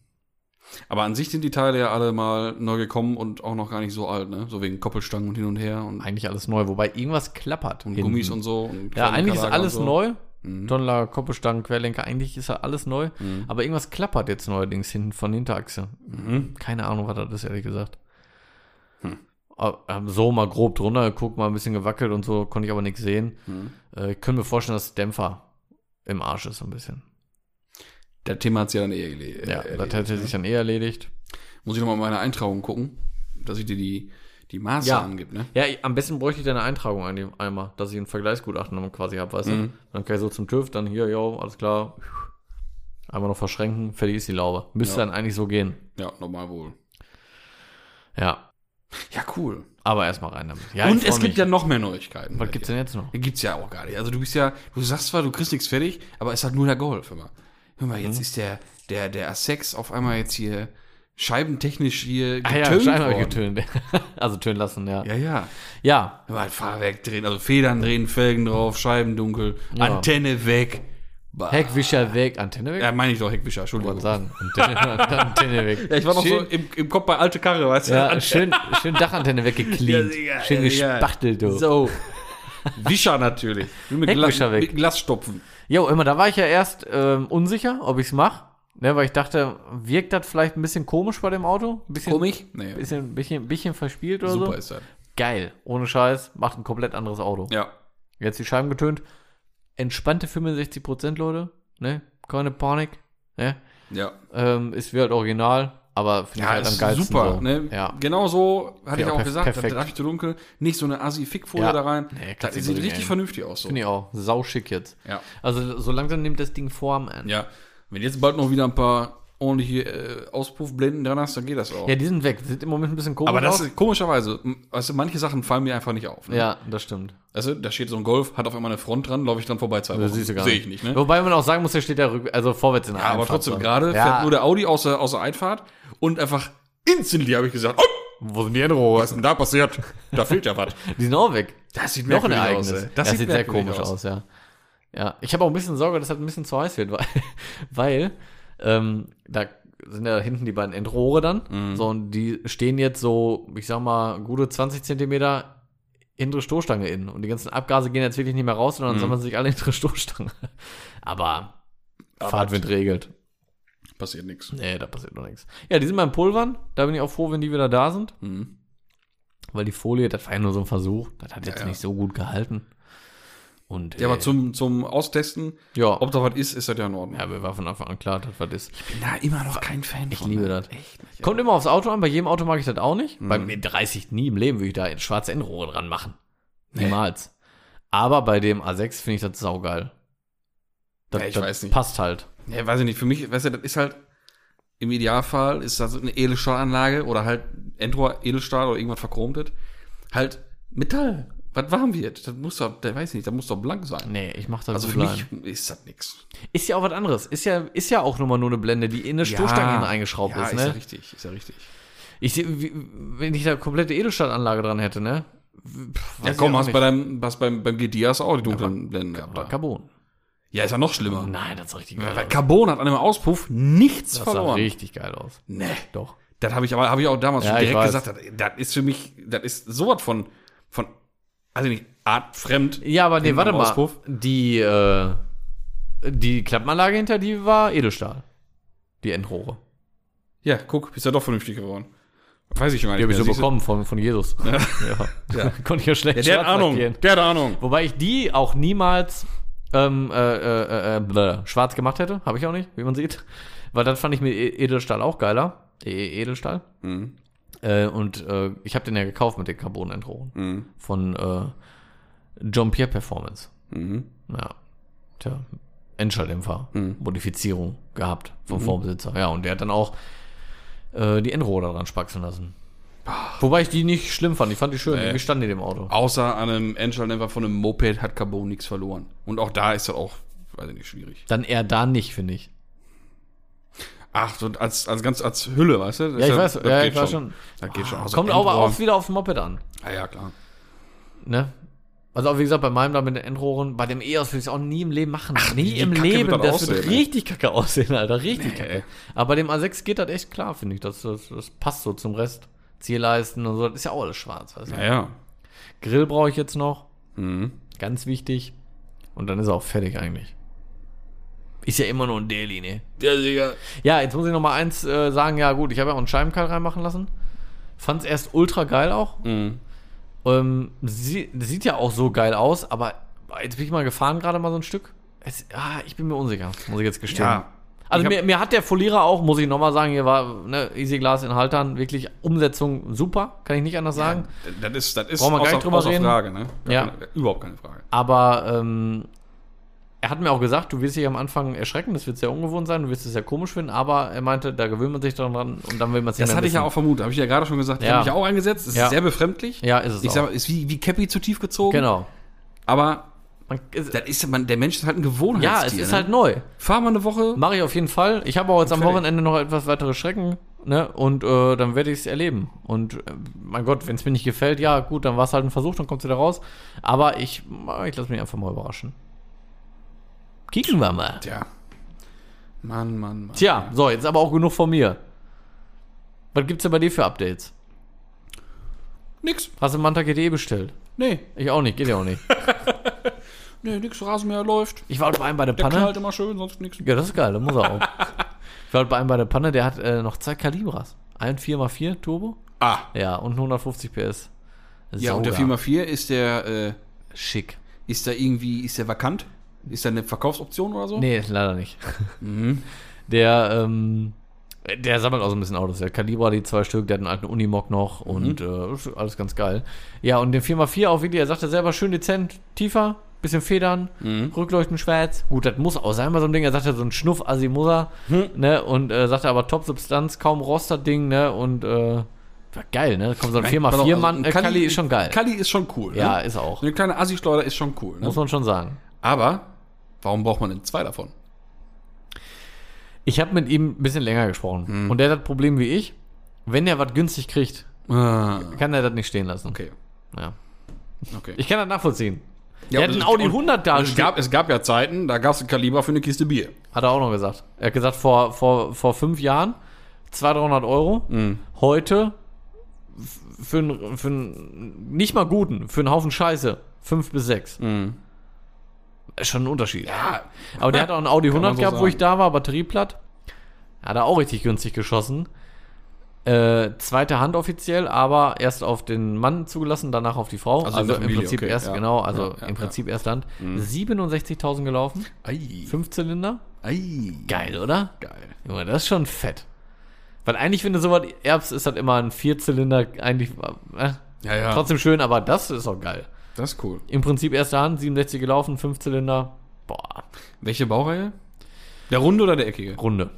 Speaker 1: Aber an sich sind die Teile ja alle mal neu gekommen und auch noch gar nicht so alt, ne? So wegen Koppelstangen und hin und her und,
Speaker 2: Eigentlich alles neu, wobei irgendwas klappert.
Speaker 1: und
Speaker 2: hinten.
Speaker 1: Gummis und so. Und
Speaker 2: Ja, eigentlich ist
Speaker 1: Lager und
Speaker 2: alles
Speaker 1: so. Hm. Mhm.
Speaker 2: neu. Tonlager, Koppelstangen, Querlenker, eigentlich ist ja alles neu. Aber irgendwas klappert jetzt neuerdings hinten von der Hinterachse.
Speaker 1: Mhm.
Speaker 2: Keine Ahnung, was das ist, ehrlich gesagt.
Speaker 1: Hm.
Speaker 2: Aber, ähm, So mal grob drunter geguckt, mal ein bisschen gewackelt und so, konnte ich aber nichts sehen.
Speaker 1: Mhm.
Speaker 2: Äh, ich könnte mir vorstellen, dass der Dämpfer im Arsch ist, so ein bisschen.
Speaker 1: Der Thema hat ja dann eh gele-
Speaker 2: Ja,
Speaker 1: äh,
Speaker 2: das
Speaker 1: erledigt.
Speaker 2: hätte sich dann eh erledigt.
Speaker 1: Muss ich nochmal meine Eintragung gucken, dass ich dir die, die Maße
Speaker 2: Ja.
Speaker 1: angib, ne?
Speaker 2: Ja, ich, am besten bräuchte ich deine Eintragung ein, einmal, dass ich ein Vergleichsgutachten dann quasi habe, weißt
Speaker 1: Mhm.
Speaker 2: du? Dann kann ich so zum TÜV, dann hier, jo, alles klar. Einmal noch verschränken, fertig ist die Laube. Müsste
Speaker 1: Ja.
Speaker 2: dann eigentlich so gehen.
Speaker 1: Ja, normal wohl.
Speaker 2: Ja,
Speaker 1: Ja, cool.
Speaker 2: aber erstmal rein damit. Ja,
Speaker 1: und
Speaker 2: ich freu
Speaker 1: es gibt
Speaker 2: mich.
Speaker 1: ja noch mehr Neuigkeiten.
Speaker 2: Was gibt's denn jetzt noch?
Speaker 1: Ja, Gibt's ja auch gar nicht. Also du bist ja, du sagst zwar, du kriegst nichts fertig, aber es hat nur der Golf immer. Hör mal, jetzt ist der, der, der A6 auf einmal jetzt hier scheibentechnisch hier
Speaker 2: Ah ja,
Speaker 1: getönt
Speaker 2: Stein habe ich
Speaker 1: worden.
Speaker 2: getönt. [LAUGHS] also tönen lassen, ja. Ja,
Speaker 1: Ja, ja.
Speaker 2: ja,
Speaker 1: Hör mal, Fahrwerk drehen, also Federn drehen, Felgen drauf, Scheiben dunkel, Antenne weg. Bah.
Speaker 2: Heckwischer weg, Antenne weg?
Speaker 1: Ja, meine ich doch, Heckwischer,
Speaker 2: Ich wollte
Speaker 1: Entschuldigung.
Speaker 2: sagen. Antenne, [LAUGHS] Antenne weg.
Speaker 1: Ja, ich war noch
Speaker 2: schön,
Speaker 1: so im, im Kopf bei alte Karre, weißt du?
Speaker 2: Ja, schön, schön Dachantenne weggekleant.
Speaker 1: Ja, Digga,
Speaker 2: schön
Speaker 1: ja, Digga.
Speaker 2: gespachtelt, du.
Speaker 1: So. Wischer natürlich. Nur Mit, Glas,
Speaker 2: Heckwischer weg.
Speaker 1: mit Glasstopfen.
Speaker 2: Jo, immer, da war ich ja erst ähm, unsicher, ob ich's mache. Ne, weil ich dachte, wirkt das vielleicht ein bisschen komisch bei dem Auto? Ein bisschen,
Speaker 1: Nee.
Speaker 2: Bisschen, bisschen, bisschen verspielt oder
Speaker 1: Super
Speaker 2: so.
Speaker 1: ist das.
Speaker 2: Geil. Ohne Scheiß. Macht ein komplett anderes Auto.
Speaker 1: Ja.
Speaker 2: Jetzt die Scheiben getönt. Entspannte 65%, Leute. Ne? Keine Panik. Ne?
Speaker 1: Ja.
Speaker 2: Ähm, ist wie halt original, aber finde ich
Speaker 1: Ja,
Speaker 2: halt am
Speaker 1: ist
Speaker 2: geilsten.
Speaker 1: super.
Speaker 2: so.
Speaker 1: Ne?
Speaker 2: Ja.
Speaker 1: Genau so hatte
Speaker 2: Ja,
Speaker 1: ich auch
Speaker 2: perf-
Speaker 1: gesagt. Da
Speaker 2: perfekt.
Speaker 1: darf ich zu dunkel. Nicht so eine Assi-Fick-Folie
Speaker 2: Ja.
Speaker 1: da rein.
Speaker 2: Nee,
Speaker 1: das
Speaker 2: kannst du
Speaker 1: sieht
Speaker 2: nicht
Speaker 1: richtig
Speaker 2: nehmen.
Speaker 1: vernünftig aus. So.
Speaker 2: Finde ich auch. Sauschick jetzt.
Speaker 1: Ja.
Speaker 2: Also so langsam nimmt das Ding Form an.
Speaker 1: ja. Wenn jetzt bald noch wieder ein paar ordentliche äh, Auspuffblenden dran hast, dann geht das auch.
Speaker 2: Ja, die sind weg. Sieht im Moment ein bisschen komisch
Speaker 1: Aber das
Speaker 2: aus.
Speaker 1: ist komischerweise, m- weißt du, manche Sachen fallen mir einfach nicht auf. Ne?
Speaker 2: Ja, das stimmt.
Speaker 1: Also, da steht so ein Golf, hat auf einmal eine Front dran, laufe ich dran vorbei, zwei
Speaker 2: Das
Speaker 1: Wochen.
Speaker 2: siehst du gar
Speaker 1: Sehe ich nicht, ne?
Speaker 2: Wobei man auch sagen muss, der steht ja rück, also vorwärts in der
Speaker 1: Ja, aber
Speaker 2: Einfahrt
Speaker 1: trotzdem,
Speaker 2: dran.
Speaker 1: gerade fährt
Speaker 2: ja.
Speaker 1: nur der Audi aus der, aus der Einfahrt und einfach instantly habe ich gesagt, oh,
Speaker 2: Wo sind die Erinnerungen?
Speaker 1: was ist denn da passiert? Da fehlt ja was.
Speaker 2: Die sind auch weg.
Speaker 1: Das sieht
Speaker 2: Noch ein
Speaker 1: merkwürdig
Speaker 2: Ereignis.
Speaker 1: aus, ey.
Speaker 2: das,
Speaker 1: Das
Speaker 2: sieht,
Speaker 1: sieht
Speaker 2: sehr
Speaker 1: merkwürdig
Speaker 2: komisch aus.
Speaker 1: aus.
Speaker 2: ja. Ja, ich habe auch ein bisschen Sorge, dass das ein bisschen zu heiß wird, [LAUGHS] weil, weil ähm, da sind ja hinten die beiden Endrohre dann.
Speaker 1: Mhm.
Speaker 2: So, und die stehen jetzt so, ich sag mal, gute 20 Zentimeter hintere Stoßstange innen. Und die ganzen Abgase gehen jetzt wirklich nicht mehr raus, sondern
Speaker 1: Mhm.
Speaker 2: sammeln sich alle hintere Stoßstange. [LAUGHS] Aber,
Speaker 1: Aber
Speaker 2: Fahrtwind regelt.
Speaker 1: [LAUGHS] Passiert nichts.
Speaker 2: Nee, da passiert noch nichts. Ja, die sind beim Pulvern. Da bin ich auch froh, wenn die wieder da sind.
Speaker 1: Mhm.
Speaker 2: Weil die Folie, das war ja nur so ein Versuch. Das hat jetzt
Speaker 1: ja.
Speaker 2: nicht so gut gehalten. Und,
Speaker 1: Ja,
Speaker 2: äh,
Speaker 1: aber zum, zum Austesten,
Speaker 2: ja.
Speaker 1: ob da was ist, ist das ja in Ordnung.
Speaker 2: Ja, mir war von Anfang an klar, dass was ist.
Speaker 1: bin da immer noch kein Fan ne?
Speaker 2: Ich liebe das.
Speaker 1: Echt nicht.
Speaker 2: Kommt immer aufs Auto an, bei jedem Auto mag ich das auch nicht.
Speaker 1: Mhm.
Speaker 2: Bei mir 30 nie im Leben würde ich da schwarze Endrohre dran machen. Niemals. Aber bei dem A6 finde ich das saugeil. Das,
Speaker 1: Ja, ich
Speaker 2: das
Speaker 1: weiß nicht.
Speaker 2: passt halt.
Speaker 1: Ja, weiß ich nicht, für mich, weißt du, das ist halt, im Idealfall ist das eine Edelstahlanlage oder halt Endrohr Edelstahl oder irgendwas verchromtet. Halt Metall, was warm wird. Das muss doch, da weiß ich nicht, das muss doch blank sein.
Speaker 2: Nee, ich mache das
Speaker 1: Also
Speaker 2: so
Speaker 1: für mich ist das nichts.
Speaker 2: Ist ja auch was anderes. Ist ja, ist ja auch nochmal nur eine Blende, die in eine Stoßstange hinten eingeschraubt
Speaker 1: ja,
Speaker 2: ist.
Speaker 1: Ist ja
Speaker 2: Ne?
Speaker 1: richtig, ist ja richtig.
Speaker 2: Ich seh, wie, wenn ich da komplette Edelstahlanlage dran hätte, ne? Pff,
Speaker 1: Ja,
Speaker 2: weiß ich
Speaker 1: komm,
Speaker 2: auch
Speaker 1: hast
Speaker 2: nicht.
Speaker 1: bei deinem, hast beim, beim GDS auch die dunklen Blenden gehabt.
Speaker 2: Aber
Speaker 1: Da.
Speaker 2: Carbon.
Speaker 1: Ja, ist ja noch schlimmer.
Speaker 2: Oh Nein, das sah richtig geil
Speaker 1: Weil
Speaker 2: aus.
Speaker 1: Carbon hat an einem Auspuff nichts
Speaker 2: Das sah
Speaker 1: verloren.
Speaker 2: richtig geil aus.
Speaker 1: Nee.
Speaker 2: Doch.
Speaker 1: Das habe ich aber habe ich auch damals
Speaker 2: Ja,
Speaker 1: schon
Speaker 2: ich
Speaker 1: direkt
Speaker 2: weiß.
Speaker 1: gesagt, das, das ist für mich, das ist sowas von von also nicht artfremd.
Speaker 2: Ja, aber nee,
Speaker 1: Hinten
Speaker 2: warte
Speaker 1: am
Speaker 2: mal.
Speaker 1: Auspuff.
Speaker 2: Die, äh, die Klappenanlage hinter, die war Edelstahl. Die Endrohre.
Speaker 1: Ja, guck, bist ja doch vernünftig geworden. Weiß ich schon gar
Speaker 2: Die
Speaker 1: nicht.
Speaker 2: habe ich so
Speaker 1: mehr. Siehst du?
Speaker 2: bekommen von, von Jesus. [LAUGHS] Ja. Konnte ich ja schlecht
Speaker 1: Ja, der hat
Speaker 2: schwarz
Speaker 1: Ahnung.
Speaker 2: lackieren.
Speaker 1: Der hat Ahnung.
Speaker 2: Wobei ich die auch niemals ähm, äh, äh, äh, bläh, schwarz gemacht hätte. Habe ich auch nicht, wie man sieht. Weil dann fand ich mir E- Edelstahl auch geiler. E Edelstahl.
Speaker 1: Mhm.
Speaker 2: Äh, und äh, ich habe den ja gekauft mit den Carbon-Endrohren.
Speaker 1: Mhm.
Speaker 2: Von äh, John Pierre Performance.
Speaker 1: Mhm.
Speaker 2: Ja. Tja, Endschalldämpfer,
Speaker 1: Mhm.
Speaker 2: Modifizierung gehabt vom Vorbesitzer. Ja, und der hat dann auch äh, die Endrohre daran spaxeln lassen. Wobei ich die nicht schlimm fand. Ich fand die schön.
Speaker 1: Nee.
Speaker 2: Irgendwie standen die dem Auto.
Speaker 1: Außer an einem Endschalldämpfer von einem Moped hat Carbon nichts verloren. Und auch da ist das auch, weiß ich nicht, schwierig.
Speaker 2: Dann eher da nicht, finde ich.
Speaker 1: Ach, so als, als ganz als Hülle, weißt du? Das
Speaker 2: Ja, ich
Speaker 1: ist
Speaker 2: weiß. Ja,
Speaker 1: geht
Speaker 2: ich weiß schon. Ah,
Speaker 1: Das geht schon. Also
Speaker 2: Kommt aber
Speaker 1: Endrohr-
Speaker 2: auch wieder aufs Moped an.
Speaker 1: Ja, ja, klar.
Speaker 2: Ne? Also auch wie gesagt, bei meinem da mit den Endrohren, bei dem EOS würde ich es auch nie im Leben machen. nie
Speaker 1: wie
Speaker 2: im
Speaker 1: kacke wird
Speaker 2: Leben.
Speaker 1: das
Speaker 2: Das wird
Speaker 1: aussehen, ey.
Speaker 2: richtig kacke aussehen, Alter. Richtig
Speaker 1: Nee,
Speaker 2: kacke.
Speaker 1: ey.
Speaker 2: Aber bei dem A6 geht das echt klar, finde ich. Das, das, das passt so zum Rest. Zierleisten und so, das ist ja auch alles schwarz. Weißt du?
Speaker 1: Ja, ja.
Speaker 2: Grill brauche ich jetzt noch.
Speaker 1: Mhm.
Speaker 2: Ganz wichtig. Und dann ist er auch fertig eigentlich. Ist ja immer nur ein Daily, ne?
Speaker 1: Ja, Digga.
Speaker 2: Ja, jetzt muss ich noch mal eins äh, sagen. Ja, gut, ich habe ja auch einen Scheibenkeil reinmachen lassen. Fand's erst ultra geil auch.
Speaker 1: Mhm.
Speaker 2: Ähm, sie, sieht ja auch so geil aus, aber jetzt bin ich mal gefahren gerade mal so ein Stück. Es, ah, ich bin mir unsicher, muss ich jetzt gestehen.
Speaker 1: Ja.
Speaker 2: Also
Speaker 1: Ich hab-
Speaker 2: mir, mir hat der Folierer auch, muss ich nochmal sagen, hier war ne, Easy Glass in Haltern, wirklich Umsetzung super, kann ich nicht anders sagen.
Speaker 1: Das ist, das ist
Speaker 2: Brauchen wir gar nicht drüber reden.
Speaker 1: Frage, ne? Gar
Speaker 2: Ja.
Speaker 1: keine- Überhaupt keine Frage.
Speaker 2: Aber ähm, er hat mir auch gesagt, du wirst dich am Anfang erschrecken, das wird sehr ungewohnt sein, du wirst es sehr komisch finden, aber er meinte, da gewöhnt man sich dran dran und dann will man es
Speaker 1: Das
Speaker 2: nicht mehr
Speaker 1: hatte ich ja auch
Speaker 2: wissen.
Speaker 1: vermutet, habe ich ja gerade schon gesagt. Ich
Speaker 2: Ja.
Speaker 1: habe mich ja auch eingesetzt. Es
Speaker 2: Ja.
Speaker 1: ist sehr befremdlich.
Speaker 2: Ja, ist es
Speaker 1: Ich
Speaker 2: auch.
Speaker 1: sag mal, ist wie, wie Cappy zu tief gezogen.
Speaker 2: Genau.
Speaker 1: Aber
Speaker 2: Man, es,
Speaker 1: das ist, man, der Mensch ist halt ein
Speaker 2: ja,
Speaker 1: Gewohnheitstier.
Speaker 2: es ist
Speaker 1: ne?
Speaker 2: halt neu.
Speaker 1: Fahr mal eine Woche.
Speaker 2: Mache ich auf jeden Fall. Ich habe auch jetzt am
Speaker 1: Fertig.
Speaker 2: Wochenende noch etwas weitere Schrecken. Ne? Und äh, dann werde ich es erleben. Und äh, mein Gott, wenn es mir nicht gefällt, ja gut, dann war äh, es halt ein Versuch, dann kommst du da raus. Aber ich, ich lasse mich einfach mal überraschen. Kicken wir mal.
Speaker 1: Tja. Mann, Mann, Mann.
Speaker 2: Tja, so, jetzt aber auch genug von mir. Was gibt's denn bei dir für Updates?
Speaker 1: Nix.
Speaker 2: Hast du Manta.de E bestellt?
Speaker 1: Nee,
Speaker 2: Ich auch nicht, geht ja auch nicht.
Speaker 1: nee, nix. Rasenmäher läuft.
Speaker 2: Ich war heute bei einem bei der
Speaker 1: Der
Speaker 2: Panne.
Speaker 1: knallt immer schön, sonst nix.
Speaker 2: Ja, das ist geil, da
Speaker 1: [LAUGHS]
Speaker 2: muss er auch. ich war heute bei einem bei der Panne, der hat äh, noch zwei Calibras. Ein 4x4 Turbo.
Speaker 1: Ah.
Speaker 2: Ja, und 150 PS.
Speaker 1: Ja, und der
Speaker 2: Sauger.
Speaker 1: 4x4 ist der, äh,
Speaker 2: Schick.
Speaker 1: ist da irgendwie, ist der vakant? Ist da eine Verkaufsoption oder so?
Speaker 2: Nee, leider nicht. [LAUGHS]
Speaker 1: Mhm.
Speaker 2: Der, ähm, der sammelt auch so ein bisschen Autos. Der Calibra, die zwei Stück, der hat einen alten Unimog noch
Speaker 1: Mhm.
Speaker 2: und äh, ist alles ganz geil. Ja, und den 4x4 auch wirklich, er sagte selber schön dezent, tiefer, bisschen Federn,
Speaker 1: Mhm.
Speaker 2: Rückleuchten schwarz. Gut, das muss auch sein bei so einem Ding. Er sagte so ein Schnuff, assi muss er,
Speaker 1: Hm.
Speaker 2: ne, und äh, sagte aber Top-Substanz, kaum Rost das Ding, ne, und äh, war geil, ne, kommt so ein
Speaker 1: Nein, pass auf, also
Speaker 2: 4x4-Mann,
Speaker 1: ein
Speaker 2: äh, Kali ist schon geil.
Speaker 1: Kali ist schon cool.
Speaker 2: ja,
Speaker 1: Ne?
Speaker 2: ist auch.
Speaker 1: Eine kleine Assi-Schleuder ist schon cool. Ne?
Speaker 2: Muss man schon sagen.
Speaker 1: Aber warum braucht man denn zwei davon?
Speaker 2: Ich habe mit ihm ein bisschen länger gesprochen.
Speaker 1: Mhm.
Speaker 2: Und der hat das Problem wie ich. Wenn er was günstig kriegt,
Speaker 1: Ah,
Speaker 2: kann er das nicht stehen lassen.
Speaker 1: okay.
Speaker 2: Ja.
Speaker 1: okay.
Speaker 2: Ich kann das nachvollziehen.
Speaker 1: Ja,
Speaker 2: der hat
Speaker 1: und-
Speaker 2: einen Audi
Speaker 1: und-
Speaker 2: 100 da
Speaker 1: Es gab, es gab ja Zeiten, da gab es ein Kaliber für eine Kiste Bier.
Speaker 2: Hat er auch noch gesagt. Er hat gesagt, vor, vor, vor fünf Jahren 200, 300 Euro.
Speaker 1: Mhm.
Speaker 2: Heute f- für einen, für einen nicht mal guten, für einen Haufen Scheiße, fünf bis sechs. Ist Schon ein Unterschied.
Speaker 1: Mhm. Ja,
Speaker 2: Aber der hat auch einen Audi
Speaker 1: man
Speaker 2: 100
Speaker 1: so
Speaker 2: gehabt, wo
Speaker 1: sagen.
Speaker 2: ich da war, Batterieplatt. Hat er auch richtig günstig geschossen. Äh, zweite Hand offiziell, aber erst auf den Mann zugelassen, danach auf die Frau.
Speaker 1: Also
Speaker 2: Also,
Speaker 1: in der
Speaker 2: im
Speaker 1: Familie,
Speaker 2: Prinzip
Speaker 1: okay,
Speaker 2: erst,
Speaker 1: ja.
Speaker 2: genau, also
Speaker 1: Ja, ja, Mhm.
Speaker 2: im Prinzip erst Hand. 67.000 gelaufen,
Speaker 1: Ei.
Speaker 2: Fünfzylinder.
Speaker 1: Ei.
Speaker 2: Geil, oder?
Speaker 1: Geil.
Speaker 2: Junge, das ist schon fett. Weil eigentlich, wenn du sowas erbst, ist das immer ein Vierzylinder eigentlich äh,
Speaker 1: Ja, ja.
Speaker 2: trotzdem schön, aber das ist auch geil.
Speaker 1: Das ist cool.
Speaker 2: Im Prinzip erste Hand, 67 gelaufen, Fünfzylinder, boah,
Speaker 1: Welche Baureihe? Der runde oder der eckige?
Speaker 2: Runde.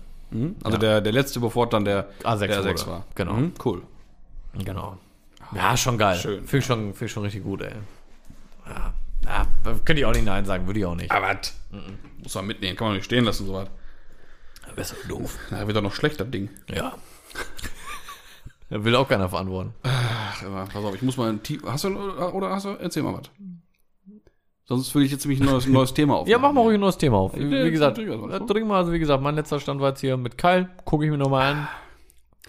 Speaker 1: Also der, der letzte, bevor dann der
Speaker 2: A6
Speaker 1: der
Speaker 2: wurde.
Speaker 1: A6 war.
Speaker 2: Genau.
Speaker 1: Mhm, cool.
Speaker 2: Genau. Ja, schon geil.
Speaker 1: Schön.
Speaker 2: Finde ich schon, finde ich schon richtig gut, ey. Ja, ja, könnte ich auch nicht Nein sagen, würde ich auch nicht.
Speaker 1: Aber was? Muss man mitnehmen, kann man nicht stehen lassen, sowas.
Speaker 2: Besser doof.
Speaker 1: Da wird doch noch schlechter Ding.
Speaker 2: Ja. [LAUGHS] Da will auch keiner verantworten.
Speaker 1: Ach, aber pass auf, ich muss mal ein Tief. Hast du oder hast du? Erzähl mal was. Sonst würde ich jetzt nämlich ein neues, neues Thema auf.
Speaker 2: Ja, mach mal ruhig ein neues Thema auf. Wie,
Speaker 1: Ja,
Speaker 2: wie gesagt,
Speaker 1: natürlich, also,
Speaker 2: äh, dringend mal, also wie gesagt, mein letzter Stand war jetzt hier mit Keil, gucke ich mir nochmal an.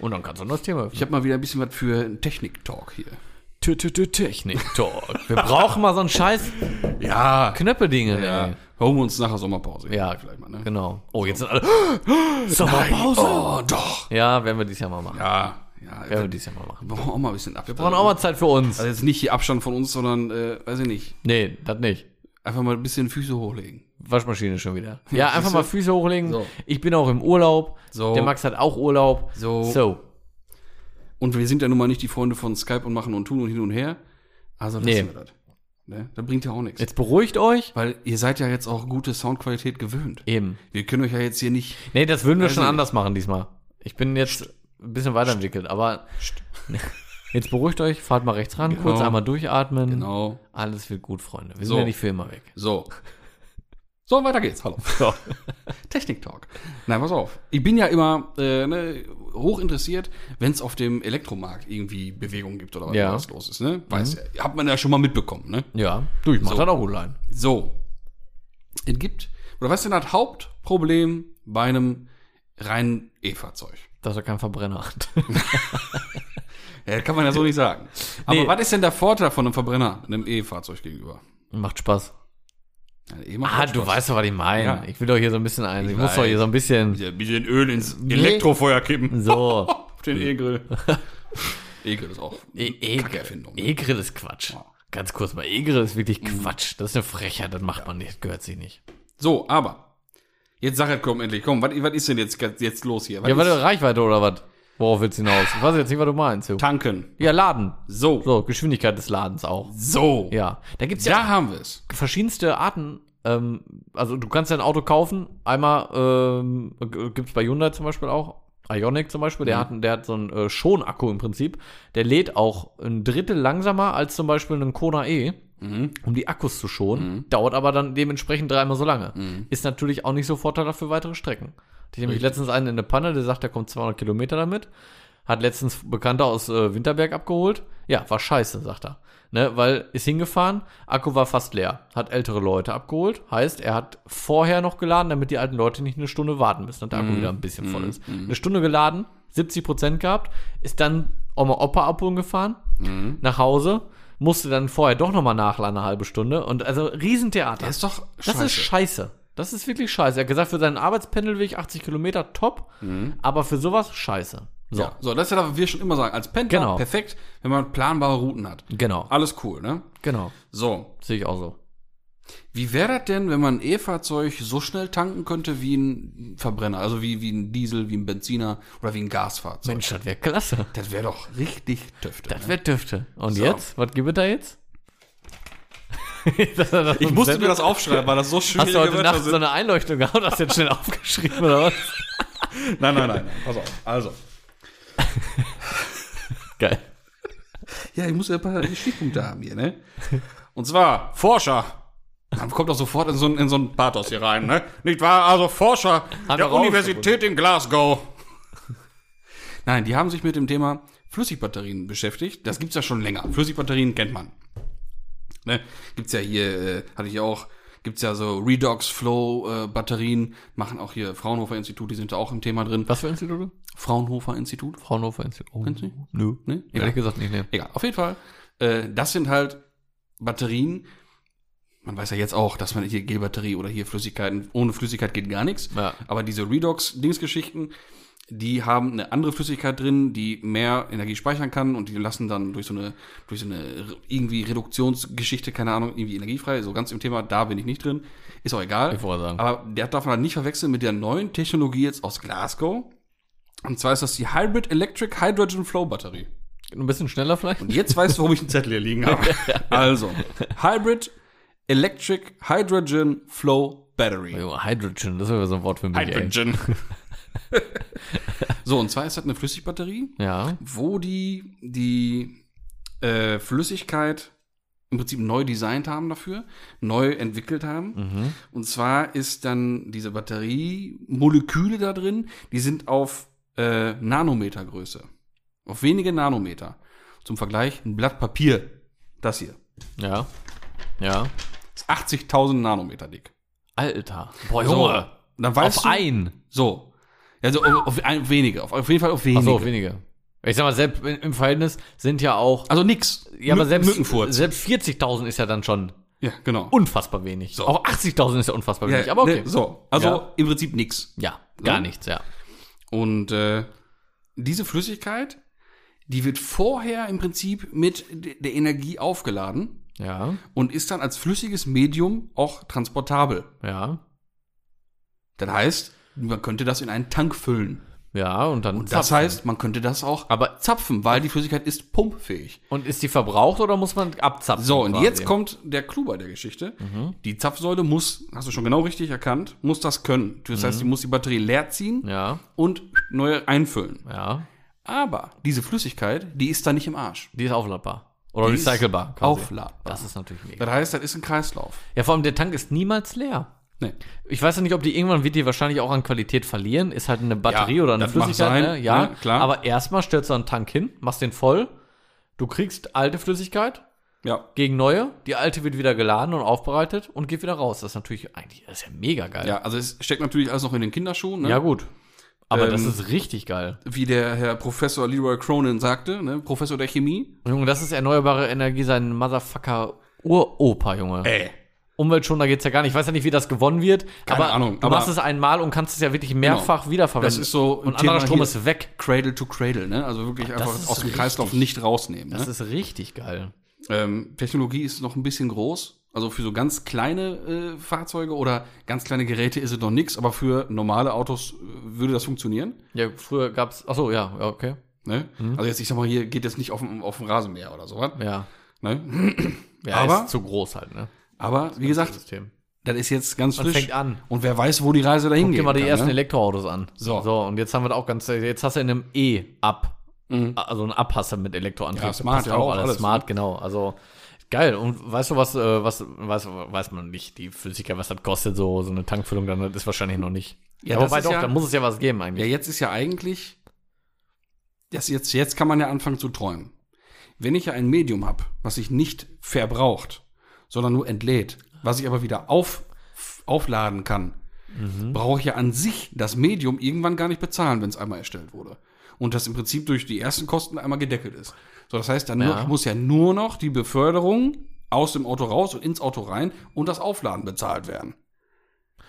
Speaker 2: Und dann kannst du ein neues Thema
Speaker 1: Ich habe mal wieder ein bisschen was für einen Technik-Talk hier.
Speaker 2: [LAUGHS] Technik-Talk. Wir brauchen mal so ein scheiß
Speaker 1: Ja.
Speaker 2: Knöppeldinge.
Speaker 1: Ja.
Speaker 2: ey.
Speaker 1: Holen wir uns nachher Sommerpause.
Speaker 2: ja,
Speaker 1: vielleicht mal, ne?
Speaker 2: Genau. Oh, jetzt sind alle.
Speaker 1: [GASPS]
Speaker 2: Sommerpause.
Speaker 1: Oh, doch.
Speaker 2: Ja, werden wir dieses Jahr mal machen.
Speaker 1: Ja, ja.
Speaker 2: Werden wir
Speaker 1: wir
Speaker 2: dieses Jahr mal machen.
Speaker 1: brauchen auch mal ein bisschen ab. Wir
Speaker 2: Wir brauchen auch mal Zeit für uns.
Speaker 1: Also jetzt nicht hier Abstand von uns, sondern, äh, weiß ich nicht.
Speaker 2: Nee, das nicht.
Speaker 1: Einfach mal ein bisschen Füße hochlegen.
Speaker 2: Waschmaschine schon wieder. Ja, einfach
Speaker 1: siehst du?
Speaker 2: mal Füße hochlegen.
Speaker 1: So.
Speaker 2: Ich bin auch im Urlaub.
Speaker 1: So.
Speaker 2: Der Max hat auch Urlaub.
Speaker 1: So.
Speaker 2: So.
Speaker 1: Und wir sind ja nun mal nicht die Freunde von Skype und machen und tun und hin und her. Also lassen
Speaker 2: Nee.
Speaker 1: wir das. Ne? Das bringt ja auch nichts.
Speaker 2: Jetzt beruhigt euch.
Speaker 1: Weil ihr seid ja jetzt auch gute Soundqualität gewöhnt.
Speaker 2: Eben.
Speaker 1: Wir können euch ja jetzt hier nicht.
Speaker 2: Nee, das würden wir
Speaker 1: Weiß
Speaker 2: schon
Speaker 1: ich
Speaker 2: anders machen diesmal. Ich bin jetzt ein bisschen weiterentwickelt, aber [LAUGHS] jetzt beruhigt euch, fahrt mal rechts ran, kurz
Speaker 1: Genau.
Speaker 2: einmal durchatmen.
Speaker 1: Genau.
Speaker 2: Alles wird gut, Freunde. Wir
Speaker 1: So.
Speaker 2: sind ja nicht für
Speaker 1: [LAUGHS]
Speaker 2: immer weg.
Speaker 1: So. So, weiter geht's. Hallo. Technik-Talk. Nein, pass auf. Ich bin ja immer äh, ne, hoch interessiert, wenn es auf dem Elektromarkt irgendwie Bewegung gibt oder was,
Speaker 2: Ja. Mhm.
Speaker 1: was los ist. Ne? Weiß, Hat man ja schon mal mitbekommen. Ne?
Speaker 2: Ja, du, ich mach
Speaker 1: So.
Speaker 2: das auch gut rein.
Speaker 1: So. Es gibt, oder was ist denn das Hauptproblem bei einem reinen E-Fahrzeug?
Speaker 2: Dass er keinen Verbrenner hat. [LAUGHS]
Speaker 1: Ja, kann man ja so nicht sagen. Aber
Speaker 2: Nee.
Speaker 1: was ist denn der Vorteil von einem Verbrenner einem E-Fahrzeug gegenüber?
Speaker 2: Macht Spaß.
Speaker 1: Ein E macht
Speaker 2: Ah,
Speaker 1: Spaß.
Speaker 2: du weißt doch, was ich meine.
Speaker 1: Ja.
Speaker 2: Ich will doch hier so ein bisschen ein. Ich,
Speaker 1: Ich
Speaker 2: muss doch hier
Speaker 1: weiß.
Speaker 2: so ein bisschen.
Speaker 1: Ein bisschen Öl ins Elektrofeuer kippen.
Speaker 2: So.
Speaker 1: [LAUGHS] Auf den E-Grill. E-Grill ist auch
Speaker 2: E- E-Grill
Speaker 1: Kackerfindung. ne? Mhm.
Speaker 2: E grill ist Quatsch. Ganz kurz mal, E-Grill ist wirklich Quatsch. Das ist eine Frechheit, das macht man nicht, das gehört sich nicht.
Speaker 1: So, aber. Jetzt sag halt, komm, endlich, komm, was, was ist denn jetzt, jetzt los hier? Was
Speaker 2: Ja,
Speaker 1: ist
Speaker 2: warte, Reichweite oder was? Worauf willst du hinaus? Ich weiß jetzt nicht, was du meinst. Jo.
Speaker 1: tanken.
Speaker 2: Ja, Laden.
Speaker 1: So. So.
Speaker 2: So, Geschwindigkeit des Ladens auch. Ja, da gibt's ja
Speaker 1: Da haben wir es.
Speaker 2: verschiedenste Arten. Ähm, also du kannst ja ein Auto kaufen. Einmal ähm, g- gibt's bei Hyundai zum Beispiel auch. Ionic zum Beispiel, der, hat, der hat so einen äh, Schonakku im Prinzip. Der lädt auch ein Drittel langsamer als zum Beispiel einen Kona E, um die Akkus zu schonen. Dauert aber dann dementsprechend dreimal so lange. Ist natürlich auch nicht so vorteilhaft für weitere Strecken. Hatte Ich nämlich letztens einen in der Panne, der sagt, der kommt 200 Kilometer damit. Hat letztens Bekannter aus äh, Winterberg abgeholt. Ja, war scheiße, sagt er. Ne, weil ist hingefahren, Akku war fast leer, hat ältere Leute abgeholt, heißt, er hat vorher noch geladen, damit die alten Leute nicht eine Stunde warten müssen, damit der
Speaker 1: Mhm.
Speaker 2: Akku wieder ein bisschen voll ist. Eine Stunde geladen, 70 Prozent gehabt, ist dann Oma Opa abholen gefahren,
Speaker 1: Mhm.
Speaker 2: nach Hause, musste dann vorher doch nochmal nachladen, eine halbe Stunde und also Riesentheater.
Speaker 1: Das ist doch scheiße.
Speaker 2: Das ist scheiße. Das ist wirklich scheiße. Er hat gesagt, für seinen Arbeitspendelweg 80 Kilometer top, aber für sowas scheiße. So,
Speaker 1: Mhm. ja, so, das ist ja, was wir schon immer sagen. Als Pendler
Speaker 2: Genau.
Speaker 1: perfekt, wenn man planbare Routen hat.
Speaker 2: genau,
Speaker 1: Alles cool, ne?
Speaker 2: genau.
Speaker 1: So,
Speaker 2: Sehe ich auch so.
Speaker 1: wie wäre das denn, wenn man ein E-Fahrzeug so schnell tanken könnte wie ein Verbrenner? Also wie, wie ein Diesel, wie ein Benziner oder wie ein Gasfahrzeug?
Speaker 2: Mensch, das wäre klasse.
Speaker 1: Das wäre doch richtig töfte.
Speaker 2: Das wäre dürfte. Und jetzt? Was gibt es da jetzt?
Speaker 3: Ich musste mir das aufschreiben, weil das so schön
Speaker 2: Hast du heute Nacht so eine Einleuchtung gehabt? Hast du jetzt schnell aufgeschrieben oder was?
Speaker 3: Nein, nein, nein. Pass auf. Also.
Speaker 2: Geil.
Speaker 1: Ja, ich muss ja ein paar Stichpunkte haben hier, ne? Und zwar Forscher. Man kommt doch sofort in so, ein- in so einen Pathos hier rein, ne? Nicht wahr? Also Forscher der
Speaker 2: wir raus,
Speaker 1: Universität in Glasgow. Nein, die haben sich mit dem Thema Flüssigbatterien beschäftigt. Das gibt's ja schon länger. Flüssigbatterien kennt man. Ne? Gibt's ja hier, äh, hatte ich auch, gibt's ja so Redox-Flow-Batterien. Machen auch hier Fraunhofer Institut, die sind da auch im Thema drin.
Speaker 2: Was für Institute?
Speaker 1: Fraunhofer Institut?
Speaker 2: Fraunhofer Institut. Oh.
Speaker 1: Kennst du die?
Speaker 2: Nö.
Speaker 1: Ne?
Speaker 2: Ehrlich gesagt nicht, ne.
Speaker 1: Egal, auf jeden Fall. Äh, das sind halt Batterien. Man weiß ja jetzt auch, dass man hier Gelbatterie oder hier Flüssigkeiten, ohne Flüssigkeit geht gar nichts.
Speaker 2: Ja.
Speaker 1: Aber diese Redox-Dingsgeschichten, die haben eine andere Flüssigkeit drin, die mehr Energie speichern kann und die lassen dann durch so eine, durch so eine re- irgendwie Reduktionsgeschichte, keine Ahnung, irgendwie energiefrei. So ganz im Thema, da bin ich nicht drin. Ist auch egal.
Speaker 2: Ich wollte sagen.
Speaker 1: Aber der darf man halt nicht verwechseln mit der neuen Technologie jetzt aus Glasgow. Und zwar ist das die Hybrid Electric Hydrogen Flow Batterie.
Speaker 2: Ein bisschen schneller vielleicht?
Speaker 1: Und jetzt weißt du, warum ich einen Zettel hier liegen habe. Also, Hybrid Electric Hydrogen Flow Battery.
Speaker 2: Jo, Hydrogen, das wäre so ein Wort für mich. ey.
Speaker 1: so, und zwar ist das eine Flüssigbatterie,
Speaker 2: Ja.
Speaker 1: wo die die äh, Flüssigkeit im Prinzip neu designt haben dafür, neu entwickelt haben.
Speaker 2: Mhm.
Speaker 1: Und zwar ist dann diese Batterie, Moleküle da drin, die sind auf äh, Nanometergröße. Auf wenige Nanometer. Zum Vergleich ein Blatt Papier. Das hier.
Speaker 2: Ja. Ja.
Speaker 1: Ist 80.000 Nanometer dick.
Speaker 2: Alter. Boah,
Speaker 1: So, dann weißt
Speaker 2: auf
Speaker 1: du,
Speaker 2: ein.
Speaker 1: so. Also auf, auf ein, wenige, auf, auf jeden Fall auf wenige.
Speaker 2: Ach so, wenige. Ich sag mal, selbst in- im Verhältnis sind ja auch.
Speaker 1: Also nix.
Speaker 2: Ja, aber
Speaker 1: Mück-
Speaker 2: selbst,
Speaker 1: Mückenfurz.
Speaker 2: selbst 40.000 ist ja dann schon
Speaker 1: Ja, genau.
Speaker 2: unfassbar wenig. Auch 80.000 ist ja unfassbar wenig, aber okay.
Speaker 1: ne, so, also
Speaker 2: Ja.
Speaker 1: im Prinzip nix.
Speaker 2: Ja, gar
Speaker 1: So.
Speaker 2: nichts, ja.
Speaker 1: Und äh, diese Flüssigkeit, die wird vorher im Prinzip mit de- der Energie aufgeladen
Speaker 2: Ja,
Speaker 1: und ist dann als flüssiges Medium auch transportabel.
Speaker 2: ja,
Speaker 1: Das heißt, man könnte das in einen Tank füllen.
Speaker 2: ja, und dann.
Speaker 1: Und das heißt, man könnte das auch
Speaker 2: Aber-
Speaker 1: zapfen, weil die Flüssigkeit ist pumpfähig.
Speaker 2: Und ist die verbraucht oder muss man abzapfen?
Speaker 1: So, und
Speaker 2: quasi? Mhm.
Speaker 1: jetzt kommt der Clou bei der Geschichte. Die Zapfsäule muss, hast du schon genau richtig erkannt, muss das können. Das
Speaker 2: Mhm.
Speaker 1: heißt, sie muss die Batterie leer ziehen
Speaker 2: Ja,
Speaker 1: und neue einfüllen.
Speaker 2: ja.
Speaker 1: Aber diese Flüssigkeit, die ist da nicht im Arsch.
Speaker 2: Die ist aufladbar. Oder
Speaker 1: Die ist
Speaker 2: recycelbar. quasi.
Speaker 1: aufladbar.
Speaker 2: Das ist natürlich mega.
Speaker 1: Das heißt, das ist ein Kreislauf.
Speaker 2: Ja, vor allem der Tank ist niemals leer.
Speaker 1: Nee.
Speaker 2: Ich weiß ja nicht, ob die irgendwann wird die wahrscheinlich auch an Qualität verlieren. Ist halt eine Batterie
Speaker 1: Ja,
Speaker 2: oder eine
Speaker 1: das mag
Speaker 2: Flüssigkeit.
Speaker 1: sein,
Speaker 2: ne? Ja,
Speaker 1: ne, klar.
Speaker 2: Aber erstmal stellst du einen Tank hin, machst den voll. Du kriegst alte Flüssigkeit
Speaker 1: Ja.
Speaker 2: gegen neue. Die alte wird wieder geladen und aufbereitet und geht wieder raus. Das ist natürlich eigentlich, das ist ja mega geil.
Speaker 1: Ja, also es steckt natürlich alles noch in den Kinderschuhen. Ne?
Speaker 2: Ja, gut. Aber das
Speaker 1: Ähm,
Speaker 2: ist richtig geil.
Speaker 1: Wie der Herr Professor Leroy Cronin sagte, ne? Professor der Chemie.
Speaker 2: Junge, das ist erneuerbare Energie, sein Motherfucker Uropa, Junge.
Speaker 1: Ey.
Speaker 2: Umweltschunder geht's ja gar nicht. Ich weiß ja nicht, wie das gewonnen wird.
Speaker 1: Keine
Speaker 2: aber
Speaker 1: Ahnung,
Speaker 2: Du
Speaker 1: aber- Genau.
Speaker 2: machst es einmal und kannst es ja wirklich mehrfach wiederverwenden.
Speaker 1: Das ist so ein
Speaker 2: und anderer
Speaker 1: Thema
Speaker 2: Strom
Speaker 1: hier.
Speaker 2: ist weg.
Speaker 1: Cradle to Cradle, ne? Also wirklich einfach
Speaker 2: ist
Speaker 1: aus dem
Speaker 2: richtig.
Speaker 1: Kreislauf nicht rausnehmen.
Speaker 2: Das
Speaker 1: ne?
Speaker 2: ist richtig geil.
Speaker 1: Ähm, Technologie ist noch ein bisschen groß. Also für so ganz kleine äh, Fahrzeuge oder ganz kleine Geräte ist es noch nichts, aber für normale Autos äh, würde das funktionieren.
Speaker 2: Ja, früher gab's. Ach so, ja, ja, okay.
Speaker 1: Ne?
Speaker 2: Mhm.
Speaker 1: Also jetzt, ich sag mal, hier geht jetzt nicht auf dem, auf dem Rasenmäher oder sowas.
Speaker 2: Ja.
Speaker 1: Ne?
Speaker 2: Ja,
Speaker 1: Aber-
Speaker 2: ist zu groß halt, ne?
Speaker 1: Aber wie
Speaker 2: Das
Speaker 1: gesagt,
Speaker 2: System.
Speaker 1: das ist jetzt ganz
Speaker 2: Man
Speaker 1: frisch.
Speaker 2: fängt an.
Speaker 1: Und wer weiß, wo die Reise dahin
Speaker 2: Guck dir
Speaker 1: geht.
Speaker 2: mal die ersten
Speaker 1: ne?
Speaker 2: Elektroautos an.
Speaker 1: So.
Speaker 2: So, und jetzt haben wir da auch ganz. Jetzt hast du in einem E ab. Also ein Abhasser mit Elektroantrieb.
Speaker 1: Ja, smart,
Speaker 2: Passt
Speaker 1: ja,
Speaker 2: auch
Speaker 1: auch
Speaker 2: alles.
Speaker 1: alles,
Speaker 2: Smart, genau. Also geil. Und weißt du, was, äh, was weiß, weiß man nicht, die Flüssigkeit, was das kostet, so, so eine Tankfüllung, dann das ist wahrscheinlich noch nicht.
Speaker 1: Ja,
Speaker 2: Ja,
Speaker 1: das
Speaker 2: wobei
Speaker 1: ist
Speaker 2: doch,
Speaker 1: ja-
Speaker 2: da muss es ja was geben
Speaker 1: Ja,
Speaker 2: eigentlich.
Speaker 1: jetzt ist ja eigentlich das jetzt, jetzt kann man ja anfangen zu träumen. Wenn ich ja ein Medium habe, was sich nicht verbraucht, sondern nur entlädt, was ich aber wieder auf, aufladen kann, brauche ich ja an sich das Medium irgendwann gar nicht bezahlen, wenn es einmal erstellt wurde. Und das im Prinzip durch die ersten Kosten einmal gedeckelt ist. So, das heißt, dann
Speaker 2: Ja.
Speaker 1: nur, muss ja nur noch die Beförderung aus dem Auto raus und ins Auto rein und das Aufladen bezahlt werden.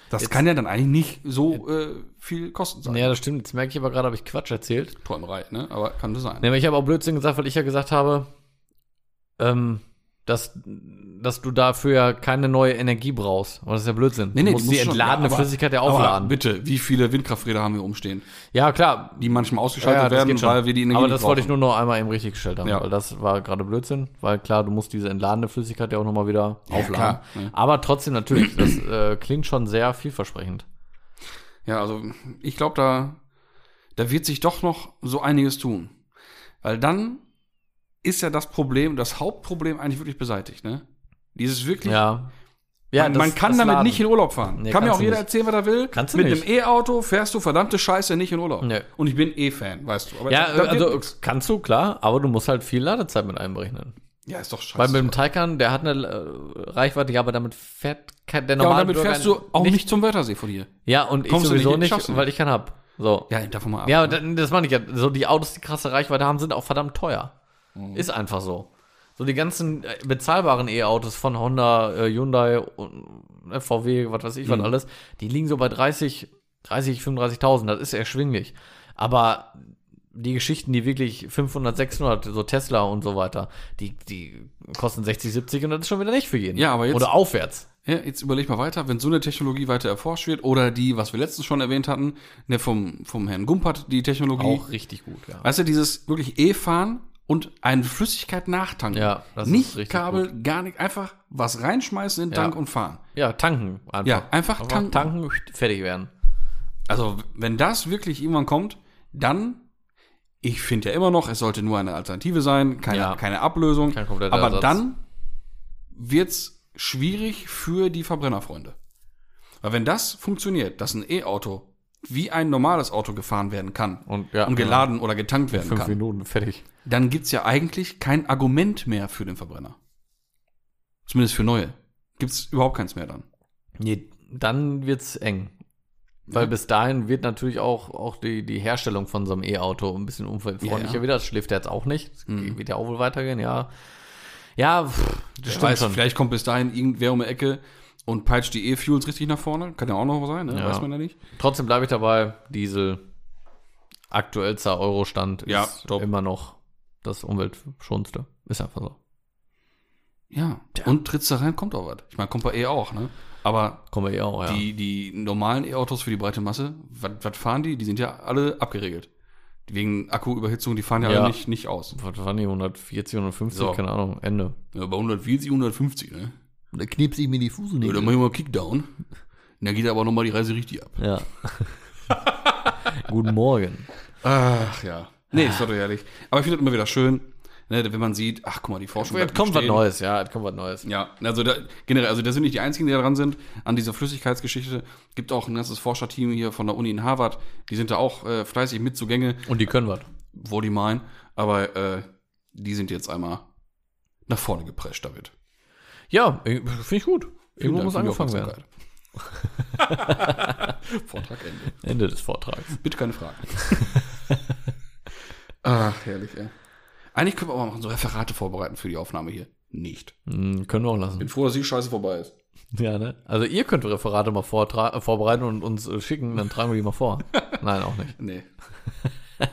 Speaker 1: Das kann ja dann eigentlich nicht so äh, viel kosten sein.
Speaker 2: Ja, das stimmt. Jetzt merke ich aber gerade, habe ich Quatsch erzählt.
Speaker 1: Träumerei, ne? Aber kann das sein.
Speaker 2: Nee, aber ich habe auch Blödsinn gesagt, weil ich ja gesagt habe, ähm, dass, dass du dafür ja keine neue Energie brauchst. Aber das ist ja Blödsinn.
Speaker 1: Nee, nee,
Speaker 2: du musst
Speaker 1: die
Speaker 2: die
Speaker 1: muss schon-
Speaker 2: entladene
Speaker 1: ja, aber-
Speaker 2: Flüssigkeit ja
Speaker 1: Aber
Speaker 2: aufladen.
Speaker 1: bitte, wie viele Windkrafträder haben wir umstehen,
Speaker 2: Ja, klar.
Speaker 1: die manchmal ausgeschaltet
Speaker 2: das
Speaker 1: werden,
Speaker 2: geht schon.
Speaker 1: weil wir die Energie
Speaker 2: Aber das
Speaker 1: nicht
Speaker 2: wollte ich
Speaker 1: brauchen?
Speaker 2: nur noch einmal eben richtig gestellt haben,
Speaker 1: Ja.
Speaker 2: weil das war gerade Blödsinn, weil klar, du musst diese entladene Flüssigkeit ja auch nochmal wieder
Speaker 1: Ja,
Speaker 2: aufladen.
Speaker 1: klar, ja.
Speaker 2: Aber trotzdem natürlich, das äh, klingt schon sehr vielversprechend.
Speaker 1: Ja, also ich glaube, da, da wird sich doch noch so einiges tun. Weil dann ist ja das Problem, das Hauptproblem eigentlich wirklich beseitigt, ne? Dieses wirklich,
Speaker 2: Ja.
Speaker 1: man,
Speaker 2: das-
Speaker 1: man kann
Speaker 2: das
Speaker 1: damit
Speaker 2: Laden.
Speaker 1: nicht in Urlaub fahren.
Speaker 2: Nee,
Speaker 1: kann mir
Speaker 2: kannst
Speaker 1: auch
Speaker 2: du
Speaker 1: jeder
Speaker 2: nicht.
Speaker 1: erzählen, was er will.
Speaker 2: Kannst du
Speaker 1: Mit
Speaker 2: nicht.
Speaker 1: dem E-Auto fährst du verdammte Scheiße nicht in Urlaub.
Speaker 2: Nee.
Speaker 1: Und ich bin E-Fan, weißt du. Aber
Speaker 2: Ja,
Speaker 1: da- da wird
Speaker 2: also
Speaker 1: nix.
Speaker 2: kannst du, klar, aber du musst halt viel Ladezeit mit einberechnen.
Speaker 1: ja, ist doch scheiße.
Speaker 2: Weil mit dem Taycan, der hat eine äh, Reichweite, ja, aber damit fährt kein, der
Speaker 1: ja, und
Speaker 2: normale
Speaker 1: damit
Speaker 2: Bürger
Speaker 1: fährst du auch nicht, zum Wörthersee von hier.
Speaker 2: Ja, und ich
Speaker 1: kommst du
Speaker 2: sowieso
Speaker 1: nicht hin,
Speaker 2: nicht,
Speaker 1: schaffst du
Speaker 2: weil ich keinen hab. So.
Speaker 1: Ja, davon mal ab.
Speaker 2: Ja, aber das, das meine ich ja. So die Autos, die krasse Reichweite haben, sind auch verdammt teuer.
Speaker 1: Mhm.
Speaker 2: Ist einfach so. So die ganzen äh, bezahlbaren E-Autos von Honda, äh, Hyundai und äh, VW, was weiß ich,
Speaker 1: Mhm.
Speaker 2: was alles, die liegen so bei 30, 30, 35.000. Das ist erschwinglich. Aber die Geschichten, die wirklich 500, 600, so Tesla und so weiter, die, die kosten 60, 70 und das ist schon wieder nicht für jeden.
Speaker 1: Ja, aber jetzt-
Speaker 2: Oder aufwärts.
Speaker 1: Ja, jetzt überleg mal weiter, wenn so eine Technologie weiter erforscht wird oder die, was wir letztens schon erwähnt hatten, ne, vom, vom Herrn Gumpert, die Technologie.
Speaker 2: richtig gut, ja.
Speaker 1: Weißt du, dieses wirklich E-Fahren und eine Flüssigkeit nachtanken.
Speaker 2: Ja, das ist
Speaker 1: Nicht
Speaker 2: richtig
Speaker 1: Kabel, gar nicht, einfach was reinschmeißen in den
Speaker 2: Ja.
Speaker 1: Tank und fahren.
Speaker 2: Ja, tanken einfach.
Speaker 1: Ja, einfach
Speaker 2: tanken.
Speaker 1: tanken.
Speaker 2: tanken, fertig werden.
Speaker 1: Also, wenn das wirklich irgendwann kommt, dann, ich finde ja immer noch, es sollte nur eine Alternative sein, keine,
Speaker 2: Ja.
Speaker 1: keine Ablösung.
Speaker 2: Kein kompletter
Speaker 1: aber
Speaker 2: Ersatz.
Speaker 1: dann wird's schwierig für die Verbrennerfreunde. Weil wenn das funktioniert, dass ein E-Auto wie ein normales Auto gefahren werden kann
Speaker 2: Und, ja,
Speaker 1: und geladen oder getankt werden kann,
Speaker 2: Minuten, fertig.
Speaker 1: dann gibt's ja eigentlich kein Argument mehr für den Verbrenner. Zumindest für neue. Gibt's überhaupt keins mehr dann.
Speaker 2: Nee, dann wird's eng. Weil bis dahin wird natürlich auch, auch die, die Herstellung von so einem E-Auto ein bisschen umweltfreundlicher
Speaker 1: Ja, Mhm. ja.
Speaker 2: wieder. Das schläft er jetzt auch nicht. Das wird ja auch wohl weitergehen, ja. Ja, pff, das stimmt schon.
Speaker 1: Vielleicht kommt bis dahin irgendwer um die Ecke und peitscht die E-Fuels richtig nach vorne. Kann ja auch noch sein, ne?
Speaker 2: Ja.
Speaker 1: weiß man ja nicht.
Speaker 2: Trotzdem bleibe ich dabei. Diesel, aktuellster Euro-Stand
Speaker 1: Ja,
Speaker 2: ist
Speaker 1: top.
Speaker 2: immer noch das umweltschonendste. Ist einfach so.
Speaker 1: Ja. Und trittst da rein, kommt auch was. Ich meine, kommt bei E auch, ne? Aber
Speaker 2: Kommen wir eh auch, ja.
Speaker 1: die, die normalen E-Autos für die breite Masse, was fahren die? Die sind ja alle abgeregelt. Wegen Akkuüberhitzung, die fahren ja,
Speaker 2: Ja.
Speaker 1: alle nicht, nicht aus.
Speaker 2: was waren die 140, 150,
Speaker 1: So.
Speaker 2: keine Ahnung, Ende.
Speaker 1: Ja, bei 140, 150, ne?
Speaker 2: Da knips ich mir die Fusen
Speaker 1: Ja, dann mach ich mal Kickdown. Dann geht aber nochmal die Reise richtig ab. [LAUGHS]
Speaker 2: Ja. Guten Morgen.
Speaker 1: Ach ja. Nee, ist doch ehrlich. Aber ich finde das immer wieder schön, ne, wenn man sieht, ach guck mal, die Forschung.
Speaker 2: Jetzt
Speaker 1: bleibt
Speaker 2: kommt was
Speaker 1: bestehen.
Speaker 2: Neues, ja, jetzt kommt was Neues.
Speaker 1: Ja, also da, generell, also das sind nicht die einzigen, die da dran sind an dieser Flüssigkeitsgeschichte. Gibt auch ein ganzes Forscherteam hier von der Uni in Harvard, die sind da auch äh, fleißig mit zugänge,
Speaker 2: Und die können was.
Speaker 1: wo die meinen, aber äh, die sind jetzt einmal nach vorne geprescht damit.
Speaker 2: Ja, ich- finde ich gut.
Speaker 1: Vielen
Speaker 2: Irgendwo
Speaker 1: Dank
Speaker 2: muss
Speaker 1: für die
Speaker 2: angefangen werden. [LAUGHS]
Speaker 1: Aufmerksamkeit. Vortrag Ende.
Speaker 2: Ende des Vortrags.
Speaker 1: Bitte keine Fragen. [LAUGHS] Ach, herrlich, ey. Eigentlich können wir auch mal machen, so Referate vorbereiten für die Aufnahme hier. Nicht.
Speaker 2: Hm, können wir auch
Speaker 1: Bin
Speaker 2: lassen.
Speaker 1: froh, dass die Scheiße vorbei ist.
Speaker 2: [LAUGHS] Ja, ne? Also ihr könnt Referate mal vortra- äh, vorbereiten und uns äh, schicken, dann tragen wir die mal [LAUGHS] vor. Nein, auch nicht.
Speaker 1: Nee. [LAUGHS]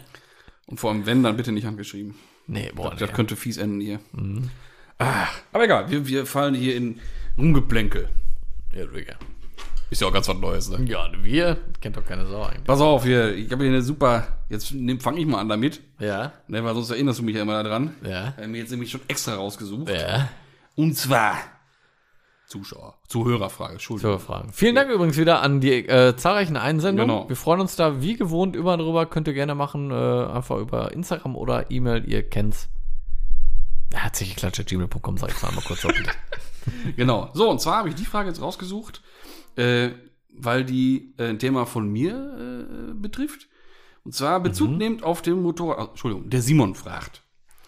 Speaker 1: Und vor allem, wenn, dann bitte nicht handgeschrieben.
Speaker 2: Nee, boah,
Speaker 1: Das
Speaker 2: nee.
Speaker 1: könnte fies enden hier. Ah, aber egal, wir, wir fallen hier in Rumgeplänkel.
Speaker 2: Ja, Digga.
Speaker 1: Ist ja auch ganz was Neues, ne?
Speaker 2: ja, wir kennt doch keine Sau eigentlich.
Speaker 1: Pass auf, hier, ich habe hier eine super. Jetzt fange ich mal an damit,
Speaker 2: Ja,
Speaker 1: ne, weil sonst erinnerst du mich ja immer daran.
Speaker 2: ja,
Speaker 1: Ich habe mir jetzt nämlich schon extra rausgesucht.
Speaker 2: ja.
Speaker 1: Und zwar. Zuschauer, Zuhörerfrage, Entschuldigung.
Speaker 2: Zur Fragen. Vielen Dank übrigens wieder an die äh, zahlreichen Einsendungen.
Speaker 1: Genau.
Speaker 2: Wir freuen uns da wie gewohnt über drüber. Könnt ihr gerne machen, äh, einfach über Instagram oder E-Mail, ihr kennt's. Herzliche Klatsche, gmail.com, sag ich mal, mal kurz.
Speaker 1: Genau. So, und zwar habe ich die Frage jetzt rausgesucht, äh, weil die äh, ein Thema von mir äh, betrifft. Und zwar Bezug
Speaker 2: Mhm.
Speaker 1: nehmend auf den Motorrad. ah, Entschuldigung, der Simon fragt.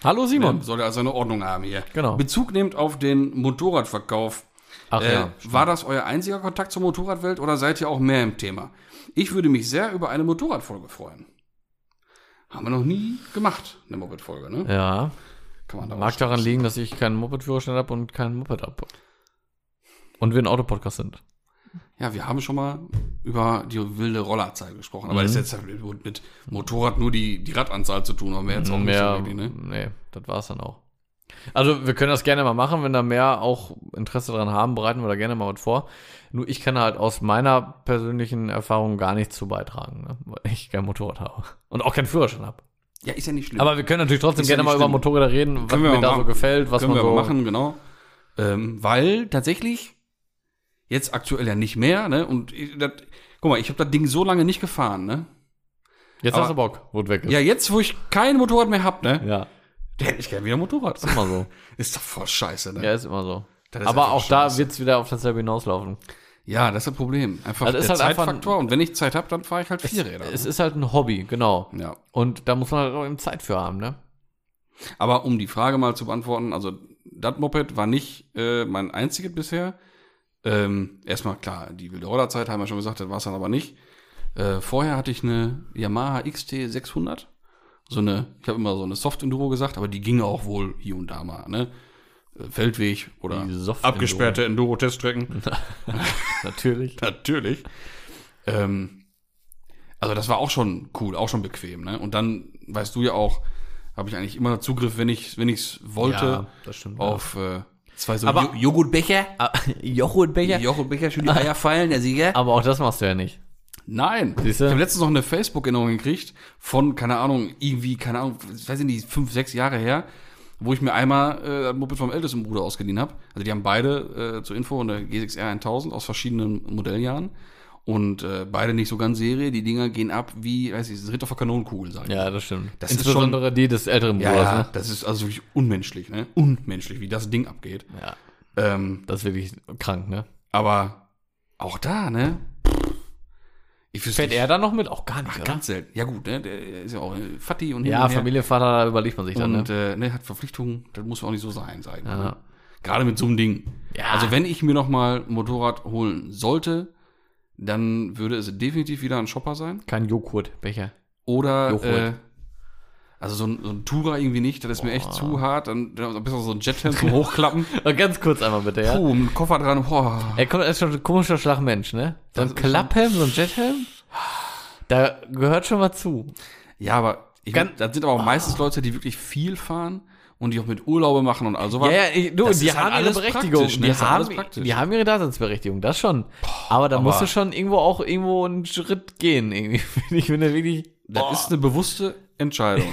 Speaker 2: Hallo Simon.
Speaker 1: Ähm, Soll er also eine Ordnung haben hier.
Speaker 2: Genau.
Speaker 1: Bezug nehmend auf den Motorradverkauf.
Speaker 2: Ach
Speaker 1: Äh, war das euer einziger Kontakt zur Motorradwelt oder seid ihr auch mehr im Thema? Ich würde mich sehr über eine Motorradfolge freuen. Haben wir noch nie gemacht, eine Moped-Folge, ne?
Speaker 2: Ja.
Speaker 1: Kann man da
Speaker 2: Mag
Speaker 1: auch-
Speaker 2: daran liegen, dass ich keinen Moped-Führerschein habe und keinen Moped habe. Und wir ein Autopodcast sind.
Speaker 1: Ja, wir haben schon mal über die wilde Rollerzeit gesprochen,
Speaker 2: Mhm.
Speaker 1: aber das ist jetzt halt mit, mit Motorrad nur die, die Radanzahl zu tun, haben wir jetzt auch
Speaker 2: mehr,
Speaker 1: nicht so wirklich, ne?
Speaker 2: Nee, das war's dann auch. Also, wir können das gerne mal machen, wenn da mehr auch Interesse dran haben, bereiten wir da gerne mal was vor. Nur ich kann halt aus meiner persönlichen Erfahrung gar nichts zu beitragen, ne? weil ich kein Motorrad habe und auch keinen Führerschein habe.
Speaker 1: Ja, ist ja nicht schlimm.
Speaker 2: Aber wir können natürlich trotzdem
Speaker 1: Ist ja
Speaker 2: gerne
Speaker 1: nicht
Speaker 2: mal über
Speaker 1: schlimm.
Speaker 2: Motorräder reden, was
Speaker 1: Können wir
Speaker 2: mir
Speaker 1: mal
Speaker 2: da so
Speaker 1: machen.
Speaker 2: gefällt, was
Speaker 1: können
Speaker 2: man
Speaker 1: wir
Speaker 2: so
Speaker 1: machen, genau. Ähm, weil tatsächlich jetzt aktuell ja nicht mehr, ne? Und ich, das, guck mal, ich habe das Ding so lange nicht gefahren, ne?
Speaker 2: Jetzt
Speaker 1: Aber-
Speaker 2: hast du Bock, wo es weg ist.
Speaker 1: Ja, jetzt, wo ich kein Motorrad mehr hab, ne?
Speaker 2: ja.
Speaker 1: Da hätte ich gerne wieder ein Motorrad. [LAUGHS]
Speaker 2: Ist immer so.
Speaker 1: Ist doch voll scheiße, ne?
Speaker 2: Ja, ist immer so.
Speaker 1: Das ist halt
Speaker 2: Aber
Speaker 1: einfach
Speaker 2: auch da
Speaker 1: scheiße.
Speaker 2: wird's wieder auf dasselbe hinauslaufen.
Speaker 1: Ja, das ist das Problem. Einfach
Speaker 2: Also
Speaker 1: der
Speaker 2: ist halt einfach
Speaker 1: Zeitfaktor. und wenn ich Zeit hab, dann fahre ich halt vier Räder.
Speaker 2: Es ist halt ein Hobby, genau.
Speaker 1: ja.
Speaker 2: Und da muss man halt auch eben Zeit für haben, ne?
Speaker 1: Aber um die Frage mal zu beantworten, also das Moped war nicht äh, mein einziges bisher. Ähm, erstmal klar, die wilde Rollerzeit haben wir schon gesagt, das war es dann aber nicht. Äh, vorher hatte ich eine Yamaha XT 600. So eine, ich habe immer so eine Soft-Enduro gesagt, aber die ging auch wohl hier und da mal, ne? Äh, Feldweg oder
Speaker 2: Die Soft-Enduro.
Speaker 1: abgesperrte Enduro-Teststrecken.
Speaker 2: Natürlich.
Speaker 1: [LAUGHS] Natürlich. Ähm, also das war auch schon cool, auch schon bequem. Ne? Und dann weißt du ja auch, habe ich eigentlich immer Zugriff, wenn ich wenn ich's wollte,
Speaker 2: das stimmt.
Speaker 1: auf äh, zwei so
Speaker 2: Aber-
Speaker 1: jo Joghurtbecher.
Speaker 2: Ah, [LAUGHS] Jochutbecher.
Speaker 1: Joghurtbecher, schön die Eier fallen, der Sieger.
Speaker 2: Aber auch das machst du ja nicht.
Speaker 1: Nein.
Speaker 2: Siehste?
Speaker 1: Ich habe letztens noch eine Facebook-Erinnerung gekriegt von, keine Ahnung, irgendwie, keine Ahnung, ich weiß nicht, fünf, sechs Jahre her, wo ich mir einmal äh, ein Moped vom ältesten Bruder ausgeliehen habe. Also die haben beide äh, zur Info eine G6R 1000 aus verschiedenen Modelljahren. Und äh, beide nicht so ganz Serie. Die Dinger gehen ab wie, weiß ich, das Ritter vor Kanonenkugel, sag ich.
Speaker 2: Ja, das stimmt.
Speaker 1: Das ist
Speaker 2: Insbesondere die des älteren
Speaker 1: ja,
Speaker 2: Bruders, ne?
Speaker 1: ja, das ist also wirklich unmenschlich, ne? Unmenschlich, wie das Ding abgeht.
Speaker 2: ne? Ja.
Speaker 1: Ähm,
Speaker 2: Das ist wirklich krank, ne?
Speaker 1: aber auch da, ne? Ich wüsste
Speaker 2: Fährt
Speaker 1: nicht-
Speaker 2: er da noch mit? Auch gar nicht, oder?
Speaker 1: Ganz selten. Ja, gut, ne? Der ist ja auch äh, Fatty und hin
Speaker 2: Ja,
Speaker 1: und her.
Speaker 2: Familienvater, da überlegt man sich dann,
Speaker 1: Und
Speaker 2: ne?
Speaker 1: äh, ne, hat Verpflichtungen, das muss auch nicht so sein, sag ich mal. ne?
Speaker 2: Ja.
Speaker 1: Gerade mit so einem Ding.
Speaker 2: Ja.
Speaker 1: Also wenn ich mir nochmal ein Motorrad holen sollte, dann würde es definitiv wieder ein Shopper sein.
Speaker 2: Kein [LAUGHS] Joghurtbecher.
Speaker 1: Oder
Speaker 2: Joghurt.
Speaker 1: äh, also so ein, so ein Tourer irgendwie nicht, das ist mir echt zu hart. Dann, dann besser so ein Jethead zum Hochklappen.
Speaker 2: Und ganz kurz einmal bitte, ja?
Speaker 1: Puh, mit Koffer dran. Boah.
Speaker 2: Er kommt, er ist schon ein komischer Schlagmensch, ne? So
Speaker 1: Das
Speaker 2: ein
Speaker 1: ist schon-
Speaker 2: Klapphelm, so ein Jethelm, da gehört schon mal zu.
Speaker 1: Ja, aber ich,
Speaker 2: Ganz- Ah.
Speaker 1: das sind aber auch meistens Leute, die wirklich viel fahren und die auch mit Urlaube machen und all sowas.
Speaker 2: Ja, ja, ich, du,
Speaker 1: das
Speaker 2: die
Speaker 1: ist halt
Speaker 2: haben ihre
Speaker 1: alles
Speaker 2: Berechtigung.
Speaker 1: praktisch, ne?
Speaker 2: Die,
Speaker 1: Das ist alles
Speaker 2: haben,
Speaker 1: praktisch.
Speaker 2: die haben ihre Daseinsberechtigung, das schon. aber da musst du schon irgendwo auch irgendwo einen Schritt gehen, irgendwie. [LAUGHS] finde Ich finde wirklich.
Speaker 1: Das ist eine bewusste
Speaker 2: [LAUGHS]
Speaker 1: Entscheidung.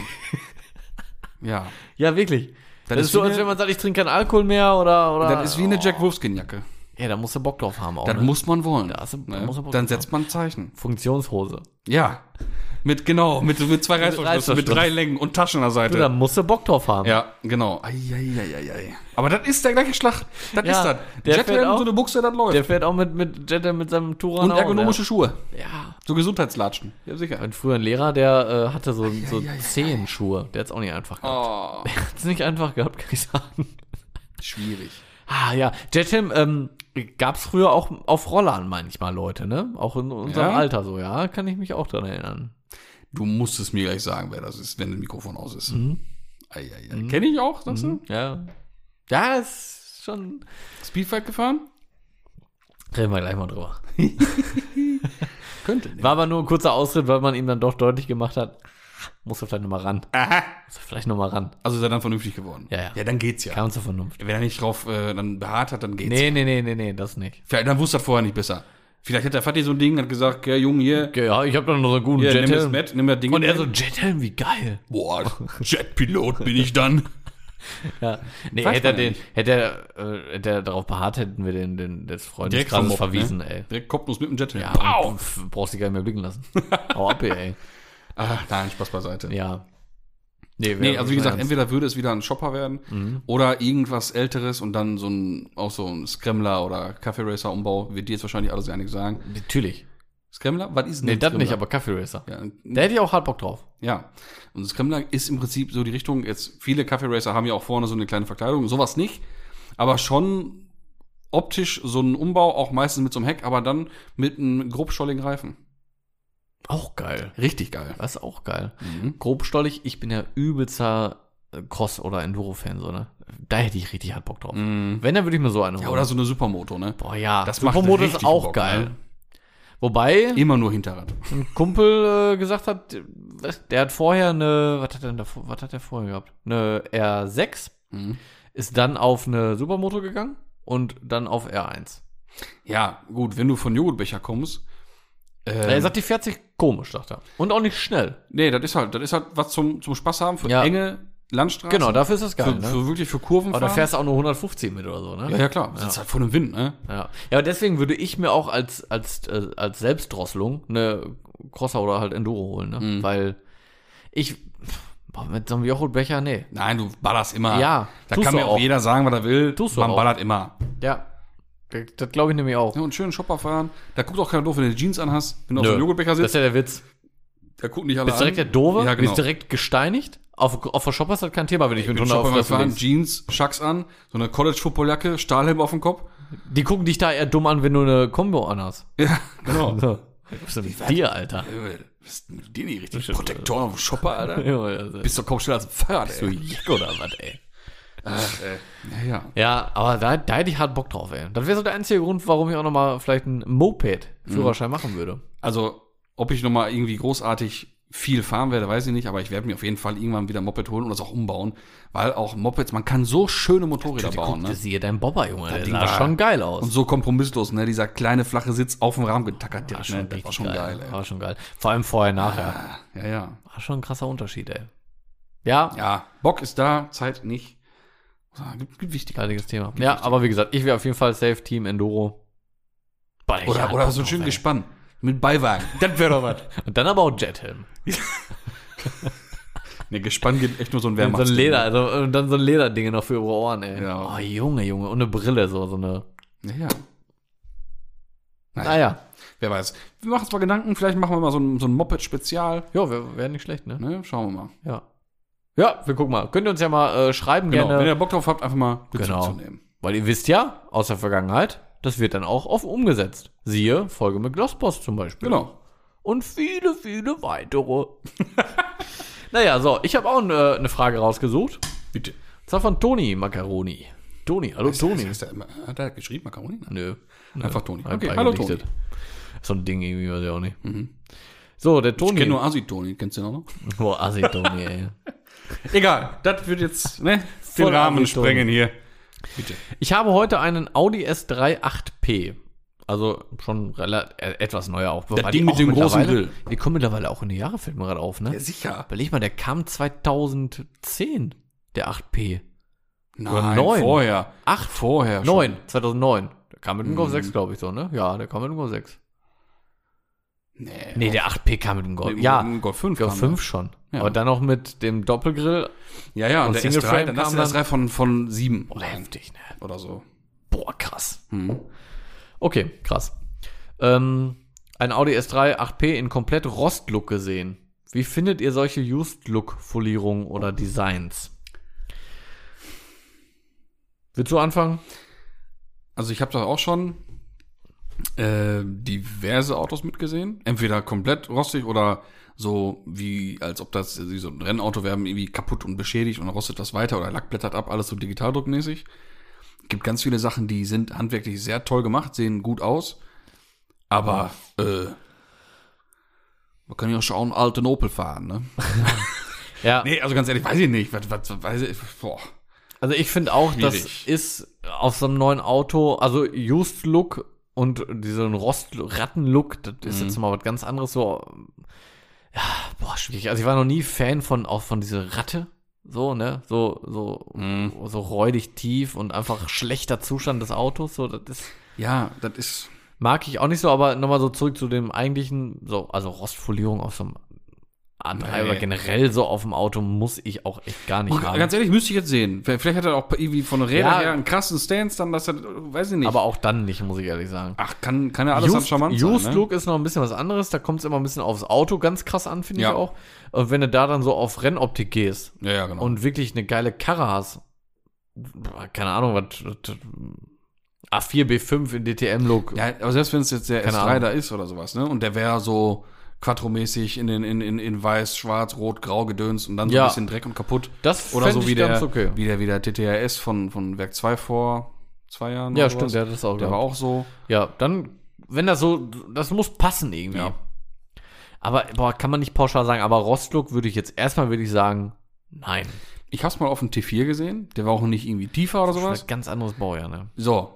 Speaker 1: ja.
Speaker 2: Ja, wirklich. Das,
Speaker 1: ist
Speaker 2: ist so,
Speaker 1: wie
Speaker 2: als
Speaker 1: eine-
Speaker 2: wenn man sagt, ich trinke keinen Alkohol mehr oder. oder
Speaker 1: Das ist wie eine Jack Wolfskin-Jacke.
Speaker 2: Ja, da musst du Bock drauf haben auch.
Speaker 1: Das
Speaker 2: Ne?
Speaker 1: muss man wollen.
Speaker 2: Da hast du- da
Speaker 1: ne?
Speaker 2: muss man Bock
Speaker 1: Dann
Speaker 2: drauf
Speaker 1: setzt man ein Zeichen.
Speaker 2: Funktionshose.
Speaker 1: Ja. Mit, genau, mit, mit zwei Reißverschlüssen, mit
Speaker 2: Reißverschluss. Genau.
Speaker 1: drei Längen und Taschen an der
Speaker 2: Du, da
Speaker 1: Seite.
Speaker 2: musst du Bock drauf haben.
Speaker 1: Ja, genau. Eieieiei. Aber das ist der gleiche Schlag. Das
Speaker 2: Ja,
Speaker 1: ist das.
Speaker 2: der
Speaker 1: Jack
Speaker 2: fährt
Speaker 1: Lamb,
Speaker 2: auch-
Speaker 1: so eine Buchse, das läuft.
Speaker 2: Der fährt auch mit, mit Jet mit seinem Touran.
Speaker 1: und
Speaker 2: auch, ne?
Speaker 1: ergonomische Schuhe.
Speaker 2: Ja.
Speaker 1: So Gesundheitslatschen. Ja, sicher.
Speaker 2: Mein früher ein Lehrer, der äh, hatte so, so
Speaker 1: ja, ja,
Speaker 2: zehn Schuhe. Der hat es auch nicht einfach gehabt.
Speaker 1: Oh,
Speaker 2: Der hat es nicht einfach gehabt, kann ich sagen.
Speaker 1: schwierig.
Speaker 2: Ah ja, Jetim ähm, gab es früher auch auf Rollern manchmal Leute, ne? Auch in unserem
Speaker 1: Ja?
Speaker 2: Alter so, ja. Kann ich mich auch dran erinnern.
Speaker 1: Du musst es mir gleich sagen, wer das ist, wenn das Mikrofon aus ist. Mhm.
Speaker 2: Mhm.
Speaker 1: Kenne ich auch, sagst
Speaker 2: Ja. Ja, ist schon...
Speaker 1: du? Speedfight gefahren?
Speaker 2: Reden wir gleich mal drüber.
Speaker 1: [LAUGHS] Könnte.
Speaker 2: War aber nur ein kurzer Ausritt, weil man ihm dann doch deutlich gemacht hat, ah, musst du vielleicht nochmal ran.
Speaker 1: Aha.
Speaker 2: Musst du vielleicht nochmal ran.
Speaker 1: Also ist er dann vernünftig geworden.
Speaker 2: Ja, ja.
Speaker 1: Ja, dann geht's ja.
Speaker 2: Kam zur Vernunft.
Speaker 1: Wenn er nicht drauf äh, dann beharrt hat, dann geht's.
Speaker 2: Nee, nee, nee, nee, nee, das nicht.
Speaker 1: Vielleicht, dann wusste er vorher nicht besser. Vielleicht hat der Vati so ein Ding, hat gesagt, ja, Junge, hier,
Speaker 2: Okay, ja, ich habe doch noch so einen guten
Speaker 1: hier nimm das
Speaker 2: Jetim.
Speaker 1: Met, nimm das Ding.
Speaker 2: Und er
Speaker 1: mit.
Speaker 2: so, Jetim, wie geil. [LAUGHS]
Speaker 1: boah, Jetpilot bin ich dann.
Speaker 2: Ja. Nee,
Speaker 1: Weiß
Speaker 2: hätte er
Speaker 1: man ja
Speaker 2: den, hätte er, äh, hätte er darauf beharrt, hätten wir den, den des
Speaker 1: Direkt ne?
Speaker 2: Freundeskreises
Speaker 1: vom Mob,
Speaker 2: verwiesen, ey.
Speaker 1: Direkt kopflos mit dem Jet.
Speaker 2: Ja,
Speaker 1: Pow!
Speaker 2: und pf, brauchst dich gar nicht mehr
Speaker 1: [LAUGHS]
Speaker 2: blicken lassen. Hau ab, ey.
Speaker 1: Ah, nein, Spaß beiseite.
Speaker 2: Ja. Nee,
Speaker 1: Nee, also wie gesagt, entweder würde es wieder ein Shopper werden
Speaker 2: Mhm.
Speaker 1: oder irgendwas Älteres und dann so ein, auch so ein Scrambler oder Kaffee Racer Umbau, wird dir jetzt wahrscheinlich alles gar nichts sagen.
Speaker 2: Natürlich.
Speaker 1: Scrambler? Was ist denn
Speaker 2: Nee,
Speaker 1: ein
Speaker 2: das nicht,
Speaker 1: Scrambler?
Speaker 2: aber Kaffee Racer.
Speaker 1: Ja, ein-
Speaker 2: Da hätte ich auch hart Bock drauf.
Speaker 1: Ja, und das Scrambler ist im Prinzip so die Richtung, jetzt viele Kaffee Racer haben ja auch vorne so eine kleine Verkleidung, sowas nicht, aber schon optisch so ein Umbau, auch meistens mit so einem Heck, aber dann mit einem grobstolligen Reifen.
Speaker 2: Auch geil.
Speaker 1: Richtig geil.
Speaker 2: Das ist auch geil.
Speaker 1: Mhm.
Speaker 2: Grobstollig, ich bin ja übelster äh, Cross- oder Enduro-Fan, so, ne? Da hätte ich richtig hart Bock drauf.
Speaker 1: Mhm.
Speaker 2: Wenn, dann würde ich mir so eine
Speaker 1: Ja,
Speaker 2: holen.
Speaker 1: oder so eine Supermoto, ne?
Speaker 2: Boah, ja.
Speaker 1: Das macht
Speaker 2: Supermoto ist
Speaker 1: richtig
Speaker 2: auch
Speaker 1: Bock,
Speaker 2: geil.
Speaker 1: ne?
Speaker 2: Wobei,
Speaker 1: Immer nur Hinterrad.
Speaker 2: ein Kumpel äh, gesagt hat, äh, was, der hat vorher eine, was hat er denn davor, was hat er vorher gehabt? Eine R6,
Speaker 1: Mhm.
Speaker 2: ist dann auf eine Supermoto gegangen und dann auf R1.
Speaker 1: Ja, gut, wenn du von Joghurtbecher kommst. ähm,
Speaker 2: er sagt, die fährt sich komisch, sagt er. Und auch nicht schnell.
Speaker 1: nee, das ist halt, das ist halt was zum, zum Spaß haben für
Speaker 2: Ja.
Speaker 1: enge Landstraßen.
Speaker 2: Genau, dafür ist das geil,
Speaker 1: für,
Speaker 2: ne?
Speaker 1: für wirklich für Kurven.
Speaker 2: Aber da
Speaker 1: fahren.
Speaker 2: fährst du auch nur 150 mit oder so, ne?
Speaker 1: ja, ja, klar. Du
Speaker 2: Ja.
Speaker 1: sitzt halt vor dem Wind, ne?
Speaker 2: Ja, ja deswegen würde ich mir auch als, als, äh, als Selbstdrosselung eine Crosser oder halt Enduro holen, ne?
Speaker 1: Mhm.
Speaker 2: Weil ich, boah, mit so einem Jochel-Becher, nee.
Speaker 1: Nein, du ballerst immer.
Speaker 2: Ja,
Speaker 1: Da
Speaker 2: tust
Speaker 1: kann
Speaker 2: du
Speaker 1: mir auch,
Speaker 2: auch.
Speaker 1: jeder sagen, was er will.
Speaker 2: Tust du
Speaker 1: Man
Speaker 2: auch.
Speaker 1: ballert immer.
Speaker 2: Ja, das, das glaube ich nämlich auch.
Speaker 1: Ja, und schön Shopper fahren. Da guckt auch keiner doof, wenn du Jeans anhast. Wenn du auf
Speaker 2: Nö.
Speaker 1: dem Joghurtbecher
Speaker 2: Das ist
Speaker 1: sitzt,
Speaker 2: ja der Witz.
Speaker 1: da gucken nicht alle
Speaker 2: Bist
Speaker 1: an.
Speaker 2: direkt der Dove,
Speaker 1: Ja, genau.
Speaker 2: bist direkt gesteinigt. Auf, auf der Shopper ist das kein Thema, wenn ich mit
Speaker 1: Wenn du
Speaker 2: 100
Speaker 1: Shopper
Speaker 2: auf
Speaker 1: mal
Speaker 2: Fresse
Speaker 1: fahren,
Speaker 2: legst.
Speaker 1: Jeans, Schacks an, so eine College-Footballjacke, Stahlhelm auf dem Kopf. [LAUGHS]
Speaker 2: Die gucken dich da eher dumm an, wenn du eine Combo anhast.
Speaker 1: Ja, genau.
Speaker 2: [LAUGHS] So. Was ist denn mit dir, Alter? [LAUGHS]
Speaker 1: Äh, Bist du dir nicht richtig Protektor auf dem Shopper, Alter?
Speaker 2: äh, Ja, also,
Speaker 1: Bist doch kaum schneller als ein Fahrrad,
Speaker 2: du Jack oder was, ey?
Speaker 1: Ja, ja.
Speaker 2: Ja, aber da, da hätte ich hart Bock drauf, ey. Das wäre so der einzige Grund, warum ich auch nochmal vielleicht einen
Speaker 1: Mhm.
Speaker 2: Moped-Führerschein machen würde.
Speaker 1: Also, ob ich nochmal irgendwie großartig viel fahren werde, weiß ich nicht, aber ich werde mir auf jeden Fall irgendwann wieder ein Moped holen und das auch umbauen, weil auch Mopeds, man kann so schöne Motorräder bauen, ne?
Speaker 2: Siehe dein Bobber, Junge. Der
Speaker 1: Ding
Speaker 2: sah
Speaker 1: war-
Speaker 2: schon geil aus.
Speaker 1: Und so kompromisslos, ne? Dieser kleine flache Sitz auf dem Rahmen getackert
Speaker 2: war
Speaker 1: direkt,
Speaker 2: schon,
Speaker 1: ne? Das
Speaker 2: richtig
Speaker 1: war schon geil, Ah.
Speaker 2: War schon geil. Vor allem vorher, nachher.
Speaker 1: ey. Ja, ja.
Speaker 2: War schon ein krasser Unterschied, ey. Ja,
Speaker 1: Ja, Bock ist da, Zeit nicht. Ah, Gibt, gibt wichtiger.
Speaker 2: leidiges Thema. Ja, aber wie gesagt, ich wäre auf jeden Fall safe Team Enduro. Boah, ich
Speaker 1: Oder,
Speaker 2: hab
Speaker 1: oder
Speaker 2: Bock
Speaker 1: so ein
Speaker 2: drauf,
Speaker 1: schönes
Speaker 2: ey.
Speaker 1: Gespann mit Beiwagen. [LAUGHS]
Speaker 2: Das wäre doch was. [LAUGHS] Und dann aber auch Jethelm.
Speaker 1: ne, Gespann gibt echt nur so ein
Speaker 2: Und so ein
Speaker 1: Wehrmachts-
Speaker 2: Leder, also, und dann so ein Lederdinge noch für ihre Ohren, ey.
Speaker 1: Ja.
Speaker 2: Oh, Junge, Junge. Und eine Brille, so, so eine.
Speaker 1: Ja, ja.
Speaker 2: Naja.
Speaker 1: Wer weiß. Wir machen uns mal Gedanken, vielleicht machen wir mal so ein, so ein Moped-Spezial.
Speaker 2: Ja, wäre wär nicht schlecht, ne?
Speaker 1: Ne, schauen wir mal.
Speaker 2: Ja. Ja, wir gucken mal. Könnt ihr uns ja mal äh, schreiben
Speaker 1: Genau, wenn
Speaker 2: gerne.
Speaker 1: ihr Bock drauf habt, einfach mal Bezug
Speaker 2: Genau.
Speaker 1: zu nehmen.
Speaker 2: Weil ihr wisst ja, aus der Vergangenheit, das wird dann auch oft umgesetzt. Siehe Folge mit Glossboss zum Beispiel.
Speaker 1: Genau.
Speaker 2: Und viele, viele weitere. [LAUGHS] naja, so, ich habe auch äh, eine Frage rausgesucht.
Speaker 1: Bitte.
Speaker 2: Und zwar von Toni Macaroni. Toni, hallo Toni.
Speaker 1: Ist der, immer- hat er geschrieben, Macaroni? Nein.
Speaker 2: Nö.
Speaker 1: Einfach Toni.
Speaker 2: Hab
Speaker 1: Okay, hallo
Speaker 2: eingedichtet.
Speaker 1: Toni. Mhm.
Speaker 2: So ein Ding irgendwie, weiß ich auch nicht. So, der Toni.
Speaker 1: Ich kenne nur Asi-Toni, kennst du den auch noch?
Speaker 2: [LAUGHS] Boah, Assi Toni, ey.
Speaker 1: Egal, das wird jetzt ne,
Speaker 2: Voll Asi-Toni.
Speaker 1: hier.
Speaker 2: Ich habe heute einen Audi S3 8P. Also schon rela- äh, etwas neuer auch.
Speaker 1: Ding
Speaker 2: Wobei die
Speaker 1: mit
Speaker 2: auch
Speaker 1: dem großen
Speaker 2: mittlerweile-
Speaker 1: Grill.
Speaker 2: Die kommen mittlerweile auch in die Jahre, fällt mir gerade auf, ne?
Speaker 1: Ja, sicher.
Speaker 2: Überleg mal, der kam 2010, der 8P.
Speaker 1: Nein,
Speaker 2: neun.
Speaker 1: vorher.
Speaker 2: Acht,
Speaker 1: Vorher schon. Mhm.
Speaker 2: 9, 2009. Der kam mit dem Golf 6, glaube ich, so, ne? Ja, der kam mit dem Golf 6.
Speaker 1: Nee,
Speaker 2: Nee, der 8P kam mit dem Golf.
Speaker 1: Mit dem
Speaker 2: ja,
Speaker 1: Golf 5
Speaker 2: Golf
Speaker 1: kam
Speaker 2: 5 schon.
Speaker 1: Ja.
Speaker 2: Aber dann noch mit dem Doppelgrill.
Speaker 1: Ja, ja, und,
Speaker 2: Und
Speaker 1: der
Speaker 2: Single Frame
Speaker 1: S3, dann hast du
Speaker 2: kam
Speaker 1: das S3 von, von 7
Speaker 2: Boah, heftig, ne?
Speaker 1: oder so.
Speaker 2: Boah, krass.
Speaker 1: Hm.
Speaker 2: Okay, krass. Ähm, ein Audi S3 8P in komplett Rostlook gesehen. Wie findet ihr solche Used-Look-Folierungen oder Designs? Willst du anfangen?
Speaker 1: Also ich habe da auch schon äh, diverse Autos mitgesehen. Entweder komplett rostig oder so wie, als ob das wie so ein Rennauto wäre, irgendwie kaputt und beschädigt und rostet das weiter oder Lack blättert ab, alles so digitaldruckmäßig. Gibt ganz viele Sachen, die sind handwerklich sehr toll gemacht, sehen gut aus. Aber äh, man kann ja auch schauen, alten Opel fahren, ne?
Speaker 2: Ja,
Speaker 1: Nee, also ganz ehrlich, weiß ich nicht. Was, was, was weiß ich, boah.
Speaker 2: also ich finde auch,
Speaker 1: Schwierig.
Speaker 2: das ist auf so einem neuen Auto, also Used-Look und diesen Rost-Ratten-Look, das ist
Speaker 1: Mhm.
Speaker 2: jetzt mal was ganz anderes so. Ja, boah, schwierig. Also ich war noch nie Fan von, auch von dieser Ratte. So, ne? So, so,
Speaker 1: Mhm.
Speaker 2: so räudig tief und einfach schlechter Zustand des Autos. So, das ist,
Speaker 1: Ja, das ist.
Speaker 2: mag ich auch nicht so, aber nochmal so zurück zu dem eigentlichen, so, also Rostfolierung auf so einem A3
Speaker 1: Nee.
Speaker 2: oder generell so auf dem Auto muss ich auch echt gar nicht
Speaker 1: Und
Speaker 2: haben.
Speaker 1: ganz ehrlich, müsste ich jetzt sehen. Vielleicht hat er auch irgendwie von Rädern
Speaker 2: Ja.
Speaker 1: her einen krassen Stance, dann, dass er, weiß ich nicht.
Speaker 2: aber auch dann nicht, muss ich ehrlich sagen.
Speaker 1: Ach, kann, kann ja alles an
Speaker 2: Used,
Speaker 1: charmant
Speaker 2: Used
Speaker 1: sein. Ne?
Speaker 2: Look ist noch ein bisschen was anderes. Da kommt es immer ein bisschen aufs Auto ganz krass an, finde
Speaker 1: Ja.
Speaker 2: ich auch. Und wenn du da dann so auf Rennoptik gehst
Speaker 1: Ja, ja, genau.
Speaker 2: und wirklich eine geile Karre hast, keine Ahnung, was, was A4, B5 in DTM-Look.
Speaker 1: ja, aber selbst wenn es jetzt der
Speaker 2: Keine
Speaker 1: S3
Speaker 2: Ahnung.
Speaker 1: da ist oder sowas, ne? Und der wäre so quattromäßig in, den, in, in, in weiß, schwarz, rot, grau gedönst und dann so
Speaker 2: Ja.
Speaker 1: ein bisschen Dreck und kaputt.
Speaker 2: das
Speaker 1: Oder
Speaker 2: fänd
Speaker 1: so
Speaker 2: ich
Speaker 1: wie der,
Speaker 2: ganz okay.
Speaker 1: wie der, wie der TTRS von, von Werk 2 vor zwei Jahren.
Speaker 2: Ja,
Speaker 1: oder
Speaker 2: stimmt,
Speaker 1: sowas.
Speaker 2: der hat das auch
Speaker 1: Der war
Speaker 2: gehabt.
Speaker 1: auch so.
Speaker 2: Ja, dann, wenn das so, das muss passen irgendwie.
Speaker 1: Ja.
Speaker 2: Aber, boah, kann man nicht pauschal sagen, aber Rostlook würde ich jetzt erstmal wirklich sagen, nein.
Speaker 1: Ich hab's mal auf dem T4 gesehen. Der war auch nicht irgendwie tiefer oder
Speaker 2: Das ist
Speaker 1: sowas.
Speaker 2: ein ganz anderes Baujahr, ne?
Speaker 1: So.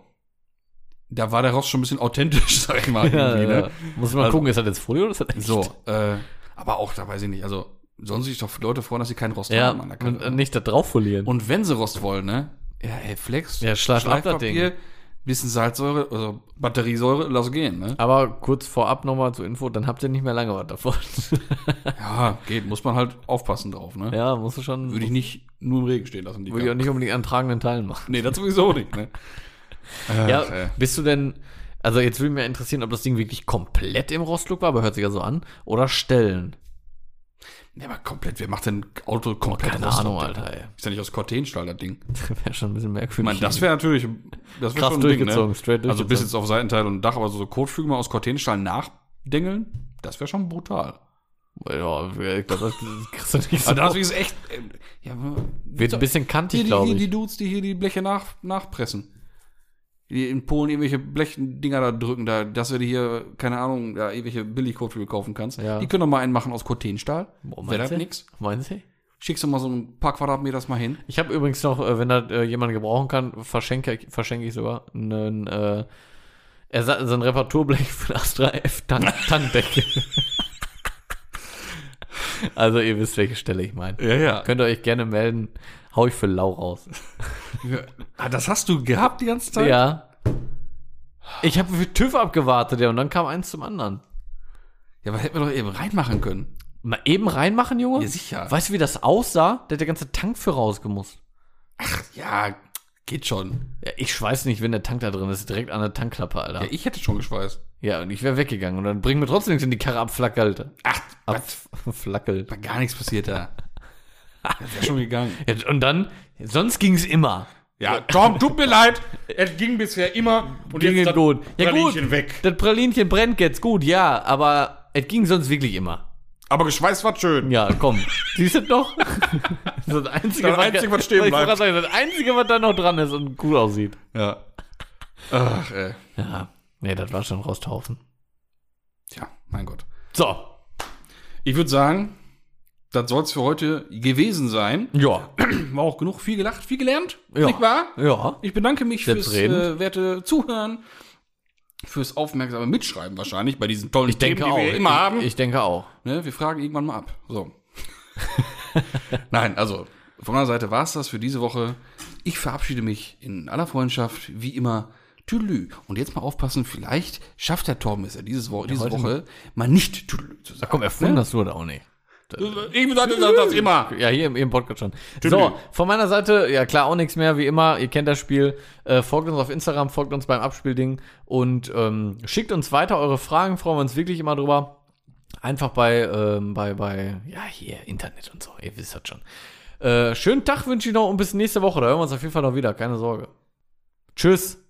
Speaker 1: Da war der Rost schon ein bisschen authentisch, [LAUGHS] sag ich
Speaker 2: [LAUGHS]
Speaker 1: mal. Irgendwie, ne?
Speaker 2: Muss man
Speaker 1: Also-
Speaker 2: gucken, ist das jetzt Folie oder ist das echt?
Speaker 1: So, äh, aber auch da weiß ich nicht. Also, sollen sich doch Leute freuen, dass sie keinen Rost
Speaker 2: Ja,
Speaker 1: haben an der Kante.
Speaker 2: und äh, nicht Ah, da drauf folieren.
Speaker 1: Und wenn sie Rost wollen, ne? Ja, ey, Flex,
Speaker 2: Ja, schleif ab das
Speaker 1: Schleifpapier, bisschen Salzsäure, also Batteriesäure, lass gehen, ne?
Speaker 2: aber kurz vorab nochmal zur Info, dann habt ihr nicht mehr lange was davon.
Speaker 1: Ja, geht, muss man halt aufpassen drauf, ne?
Speaker 2: ja, musst du schon.
Speaker 1: Würde ich nicht nur im Regen stehen lassen, die
Speaker 2: würde ich auch nicht unbedingt an tragenden Teilen machen.
Speaker 1: Nee, das sowieso nicht, ne? Ach,
Speaker 2: Ja,
Speaker 1: ey.
Speaker 2: bist du denn, also jetzt würde mich interessieren, ob das Ding wirklich komplett im Rostlook war, aber hört sich ja so an, oder Stellen.
Speaker 1: Ja, aber komplett, wer macht denn Auto komplett
Speaker 2: Keine
Speaker 1: Rost?
Speaker 2: Ahnung, Alter, ey. [LAUGHS]
Speaker 1: Ist ja nicht aus Cortenstahl, das Ding. Ich
Speaker 2: Wäre schon ein bisschen merkwürdig. Ich
Speaker 1: meine, das wäre natürlich, das wäre
Speaker 2: [LAUGHS] Krass
Speaker 1: schon ein Ding,
Speaker 2: durchgezogen,
Speaker 1: ne?
Speaker 2: straight
Speaker 1: Also bis
Speaker 2: durchgezogen.
Speaker 1: jetzt auf Seitenteil und Dach, aber so Kotflügel mal aus Cortenstahl nachdengeln, das wäre schon brutal.
Speaker 2: Ja, ich glaube, das kriegst du nicht so.
Speaker 1: Also das ist echt, äh, ja,
Speaker 2: Wird ein bisschen
Speaker 1: hier
Speaker 2: kantig,
Speaker 1: die,
Speaker 2: glaube
Speaker 1: hier
Speaker 2: ich.
Speaker 1: die Dudes, die hier die Bleche nach, nachpressen. Die in Polen irgendwelche Blechdinger da drücken, da, dass du dir hier, keine Ahnung, da irgendwelche Billig-Kotflügel kaufen kannst.
Speaker 2: Ja.
Speaker 1: Die können doch mal einen machen aus Cortenstahl.
Speaker 2: Boah,
Speaker 1: Wäre
Speaker 2: Oh, meinst
Speaker 1: das
Speaker 2: du?
Speaker 1: nix?
Speaker 2: Meinst du?
Speaker 1: Schickst du mal so ein paar Quadratmeter das mal hin.
Speaker 2: Ich habe übrigens noch, äh, wenn da äh, jemand gebrauchen kann, verschenke, ich- verschenke ich sogar einen, äh, Ersa- so ein Reparaturblech für das 3F Tan- Tankdeckel. [LAUGHS] also ihr wisst, welche Stelle ich meine.
Speaker 1: Ja, ja.
Speaker 2: Könnt ihr euch gerne melden. Hau ich für lau raus.
Speaker 1: Ah, das hast du gehabt die ganze Zeit?
Speaker 2: Ja. Ich habe für TÜV abgewartet, ja, und dann kam eins zum anderen.
Speaker 1: Ja, aber hätten wir doch eben reinmachen können.
Speaker 2: Mal eben reinmachen, Junge?
Speaker 1: Ja, sicher.
Speaker 2: Weißt du, wie das aussah? Da hat der ganze Tank für rausgemusst.
Speaker 1: Ja, geht schon.
Speaker 2: Ja, ich schweiß nicht, wenn der Tank da drin ist. Direkt an der Tankklappe, Alter.
Speaker 1: Ja, ich hätte schon geschweißt.
Speaker 2: Ja, und ich wäre weggegangen. Und dann bringen wir trotzdem nichts, wenn die Karre abflackelt.
Speaker 1: Ach, was?
Speaker 2: [LAUGHS] Abflackelt.
Speaker 1: War gar nichts passiert [LAUGHS] da. Das wäre schon gegangen.
Speaker 2: Ja, und dann, sonst ging's immer.
Speaker 1: Ja, Tom, tut mir leid. Es ging bisher immer und
Speaker 2: Ging
Speaker 1: jetzt
Speaker 2: es
Speaker 1: das
Speaker 2: gut. Ja,
Speaker 3: Pralinchen
Speaker 2: gut.
Speaker 3: weg.
Speaker 2: Das Pralinchen brennt jetzt, gut, ja. Aber es ging sonst wirklich immer.
Speaker 3: Aber geschweißt war schön.
Speaker 2: Ja, komm. [LAUGHS] Siehst du das noch? Das ist das Einzige,
Speaker 3: Das Einzige, was stehen
Speaker 2: ich
Speaker 3: bleibt.
Speaker 2: wollte gerade Sagen, das Einzige, was da noch dran ist und cool aussieht.
Speaker 1: Ja. Ach, ey.
Speaker 2: Ja. Nee, das war schon Rosthaufen.
Speaker 1: Tja, mein Gott.
Speaker 2: So.
Speaker 1: Ich würde sagen, das soll es für heute gewesen sein.
Speaker 2: Ja.
Speaker 1: War auch genug, viel gelacht, viel gelernt.
Speaker 2: Ja.
Speaker 1: Nicht wahr?
Speaker 2: Ja.
Speaker 1: Ich bedanke mich fürs äh,
Speaker 2: Selbstredend.
Speaker 1: werte Zuhören, fürs aufmerksame Mitschreiben wahrscheinlich bei diesen tollen
Speaker 2: Ich denke
Speaker 1: Themen,
Speaker 2: auch.
Speaker 1: die wir immer
Speaker 2: ich,
Speaker 1: haben.
Speaker 2: Ich denke auch.
Speaker 1: Ne, wir fragen irgendwann mal ab. So. [LAUGHS] Nein, also von meiner Seite war es das für diese Woche. Ich verabschiede mich in aller Freundschaft, wie immer. Tüdelü. Und jetzt mal aufpassen, vielleicht schafft der Torben es ja dieses Wo diese
Speaker 2: heute
Speaker 1: Woche mal nicht Tüdelü zu sagen.
Speaker 2: Komm, erfunden hast du das auch nicht.
Speaker 1: Ich sage das, das immer.
Speaker 2: Ja, hier im, im Podcast schon. So, von meiner Seite, ja klar, auch nichts mehr, wie immer. Ihr kennt das Spiel. Äh, folgt uns auf Instagram, folgt uns beim Abspielding und ähm, schickt uns weiter eure Fragen. Freuen wir uns wirklich immer drüber. Einfach bei, ähm, bei, bei, ja, hier, Internet und so. Ihr wisst das schon. Äh, schönen Tag wünsche ich noch und bis nächste Woche. Da hören wir uns auf jeden Fall noch wieder. Keine Sorge. Tschüss.